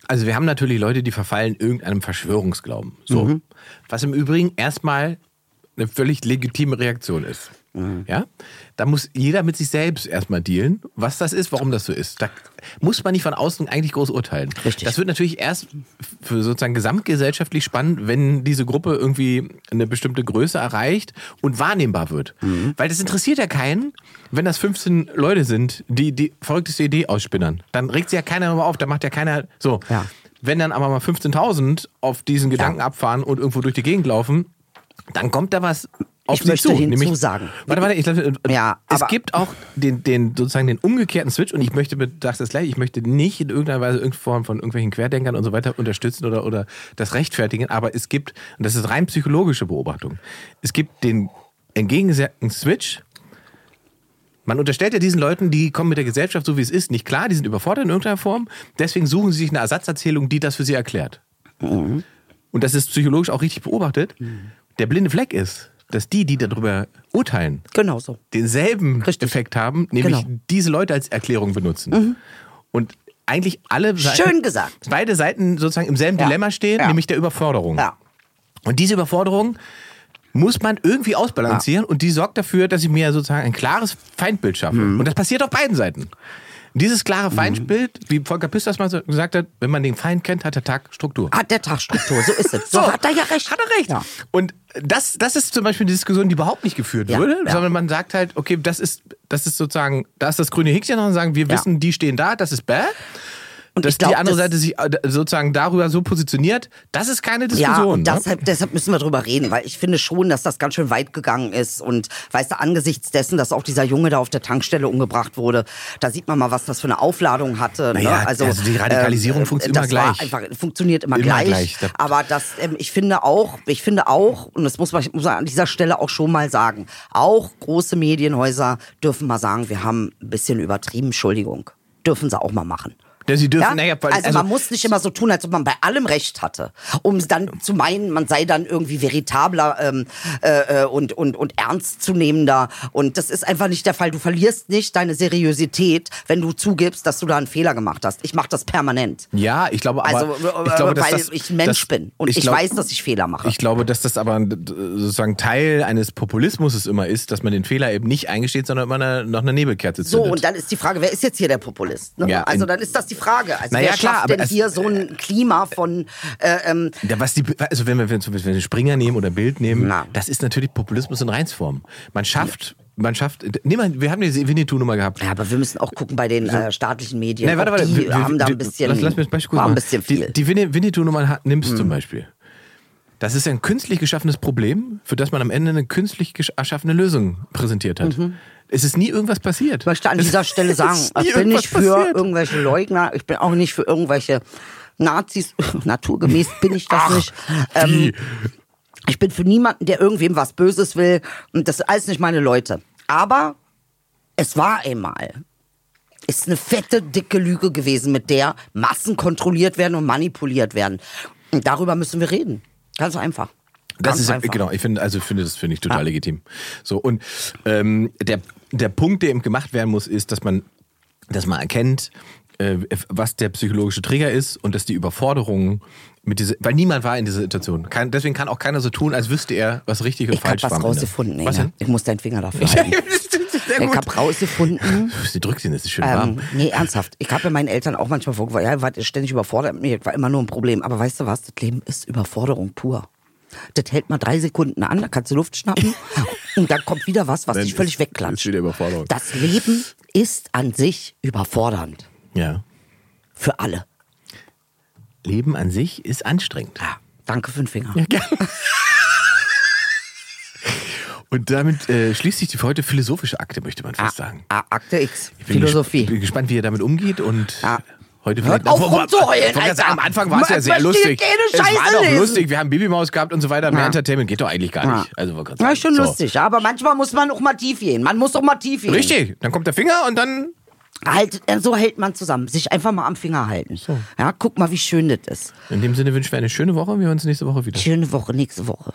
Also, wir haben natürlich Leute, die verfallen irgendeinem Verschwörungsglauben. So. Was im Übrigen erstmal eine völlig legitime Reaktion ist. Ja? Da muss jeder mit sich selbst erstmal dealen, was das ist, warum das so ist. Da muss man nicht von außen eigentlich groß urteilen.
Richtig.
Das wird natürlich erst für sozusagen gesamtgesellschaftlich spannend, wenn diese Gruppe irgendwie eine bestimmte Größe erreicht und wahrnehmbar wird.
Mhm.
Weil das interessiert ja keinen, wenn das 15 Leute sind, die die verrückteste Idee ausspinnern. Dann regt sie ja keiner darüber auf, da macht ja keiner so.
Ja.
Wenn dann aber mal 15.000 auf diesen Gedanken abfahren und irgendwo durch die Gegend laufen, dann kommt da was auf
Ich
sie
möchte
zu.
hinzu sagen.
Warte, warte, ich glaube,
Ja,
es
aber-
gibt auch den, den sozusagen den umgekehrten Switch und ich möchte, be- sag das gleich, ich möchte nicht in irgendeiner Weise irgendeine Form von irgendwelchen Querdenkern und so weiter unterstützen oder, oder das rechtfertigen, aber es gibt, und das ist rein psychologische Beobachtung, es gibt den entgegengesetzten Switch, man unterstellt ja diesen Leuten, die kommen mit der Gesellschaft so wie es ist, nicht klar, die sind überfordert in irgendeiner Form. Deswegen suchen sie sich eine Ersatzerzählung, die das für sie erklärt.
Mhm.
Und das ist psychologisch auch richtig beobachtet. Der blinde Fleck ist, dass die, die darüber urteilen,
Genau so.
denselben
Richtig.
Effekt haben, nämlich
Genau. Mhm.
diese Leute als Erklärung benutzen. Und eigentlich alle Seiten,
Schön gesagt.
beide Seiten sozusagen im selben
Ja.
Dilemma stehen,
Ja.
nämlich der Überforderung.
Ja.
Und diese Überforderung muss man irgendwie ausbalancieren und die sorgt dafür, dass ich mir sozusagen ein klares Feindbild schaffe.
Mhm.
Und das passiert auf beiden Seiten. Dieses klare Feindbild, wie Volker Pistasch mal so gesagt hat, wenn man den Feind kennt, hat der Tag Struktur.
Hat der Tagstruktur, so ist es. So, hat er ja recht.
Hat er recht.
Ja.
Und das, das ist zum Beispiel eine Diskussion, die überhaupt nicht geführt
Ja,
würde,
ja.
sondern man sagt halt, okay, das ist, das ist sozusagen, da ist das grüne Häkchen dran und sagen, wir
Ja.
wissen, die stehen da, das ist bäh. Und dass
ich glaub,
die andere
das-
Seite sich äh, sozusagen darüber so positioniert, das ist keine Diskussion.
Ja, und
ne?
deshalb, deshalb müssen wir drüber reden, weil ich finde schon, dass das ganz schön weit gegangen ist. Und weißt du, angesichts dessen, dass auch dieser Junge da auf der Tankstelle umgebracht wurde, da sieht man mal, was das für eine Aufladung hatte.
Naja,
ne? ähm,
also die Radikalisierung funktioniert
das
immer
war
gleich.
Einfach, funktioniert immer,
Immer gleich.
gleich.
Da-
Aber das, ähm, ich finde auch, ich finde auch, und das muss man, muss man an dieser Stelle auch schon mal sagen, auch große Medienhäuser dürfen mal sagen, wir haben ein bisschen übertrieben, Entschuldigung. Dürfen sie auch mal machen.
Ja, sie dürfen,
Ja?
naja, weil-
also, man muss nicht immer so tun, als ob man bei allem Recht hatte, um dann zu meinen, man sei dann irgendwie veritabler ähm, äh, äh, und, und, und ernstzunehmender. Und das ist einfach nicht der Fall. Du verlierst nicht deine Seriosität, wenn du zugibst, dass du da einen Fehler gemacht hast. Ich mache das permanent.
Ja, ich glaube, aber
Also,
ich glaube, dass
weil
das,
ich ein Mensch
das-
bin und ich,
glaub-
weiß, dass ich Fehler mache.
Ich glaube, dass das aber äh, sozusagen Teil eines Populismus es immer ist, dass man den Fehler eben nicht eingesteht, sondern immer eine, noch eine Nebelkerze
so,
zündet.
und dann ist die Frage, wer ist jetzt hier der Populist? Ne?
Ja,
also
ein-
dann ist das die Frage. Also
Naja,
wer
klar,
schafft
aber
denn
es- äh,
hier so ein Klima von äh, ähm,
Ja, was die, also wenn wir, wenn wir einen Springer nehmen oder Bild nehmen,
Na.
das ist natürlich Populismus in Reinsform. Man schafft, man schafft, nee, man, wir haben diese Winnetou-Nummer gehabt.
Ja, aber wir müssen auch gucken bei den äh, staatlichen Medien.
Nee, warte,
Auch
warte,
die
wir- wir-
haben da
wir-
ein bisschen,
Lass, lass mich das Beispiel kurz
war
machen.
ein bisschen viel. Mhm.
Die, die Winne- Winnetou-Nummern ha- nimmst zum Beispiel. Das ist ein künstlich geschaffenes Problem, für das man am Ende eine künstlich gesch- erschaffene Lösung präsentiert hat. Es ist nie irgendwas passiert.
Mhm. ich möchte an dieser Stelle sagen, ich bin nicht für irgendwelche Leugner, ich bin auch nicht für irgendwelche Nazis, naturgemäß bin ich das nicht. Ähm, ich bin für niemanden, der irgendwem was Böses will. Und das sind alles nicht meine Leute. Aber es war einmal. Ist eine fette, dicke Lüge gewesen, mit der Massen kontrolliert werden und manipuliert werden. Und darüber müssen wir reden. Ganz einfach.
Das
Ganz
ist ja-
einfach.
genau. Ich finde, also finde das finde ich total legitim. So und ähm, der der Punkt, der eben gemacht werden muss, ist, dass man dass man erkennt, äh, was der psychologische Trigger ist und dass die Überforderung mit diese, weil niemand war in dieser Situation. Kein, deswegen kann auch keiner so tun, als wüsste er, was richtig und
Ich
falsch
hab
war.
was
am Ende.
rausgefunden,
Was
Inge.
denn?
Ich muss deinen Finger dafür halten.
Sehr
ich
gut. Ah.
habe rausgefunden.
Sie drückt ihn, das ist schön
Ähm,
warm.
nee, ernsthaft. Ich habe ja meinen Eltern auch manchmal vorgeworfen, ja, ich war ständig überfordert mit mir, das war immer nur ein Problem. Aber weißt du was, das Leben ist Überforderung pur. Das hält mal drei Sekunden an, da kannst du Luft schnappen und dann kommt wieder was, was
Dann
dich
ist-
völlig wegklatscht.
ist wieder Überforderung.
Das Leben ist an sich überfordernd.
Ja.
Für alle.
Leben an sich ist anstrengend.
Ja, Ah, danke für den Finger. Ah,
Und damit äh, schließt sich die für heute philosophische Akte, möchte man fast sagen.
Ah, Akte X,
Ich bin gesp- Ich
Philosophie.
bin gespannt, wie er damit umgeht und
Ja.
heute
Hört
vielleicht
auf,
Wo- wo-
rumzuheulen,
ich wollte gerade sagen,
Alter.
Am Anfang war es
Man
ja sehr
versteht
lustig.
keine
es war
Scheiße
doch
lesen.
lustig. Wir haben Babymaus gehabt und so weiter. Mehr
Ja.
Entertainment geht doch eigentlich gar
Ja.
nicht. Also wollte gerade
Ja,
sagen,
ist schon
so.
lustig, ja, aber manchmal muss man auch mal tief gehen. Man muss auch mal tief gehen.
Richtig. Dann kommt der Finger und dann
Halt, äh, so hält man zusammen. Sich einfach mal am Finger halten. Ja, guck mal, wie schön das ist.
In dem Sinne wünschen wir eine schöne Woche. Wir hören uns nächste Woche wieder.
Schöne Woche, nächste Woche.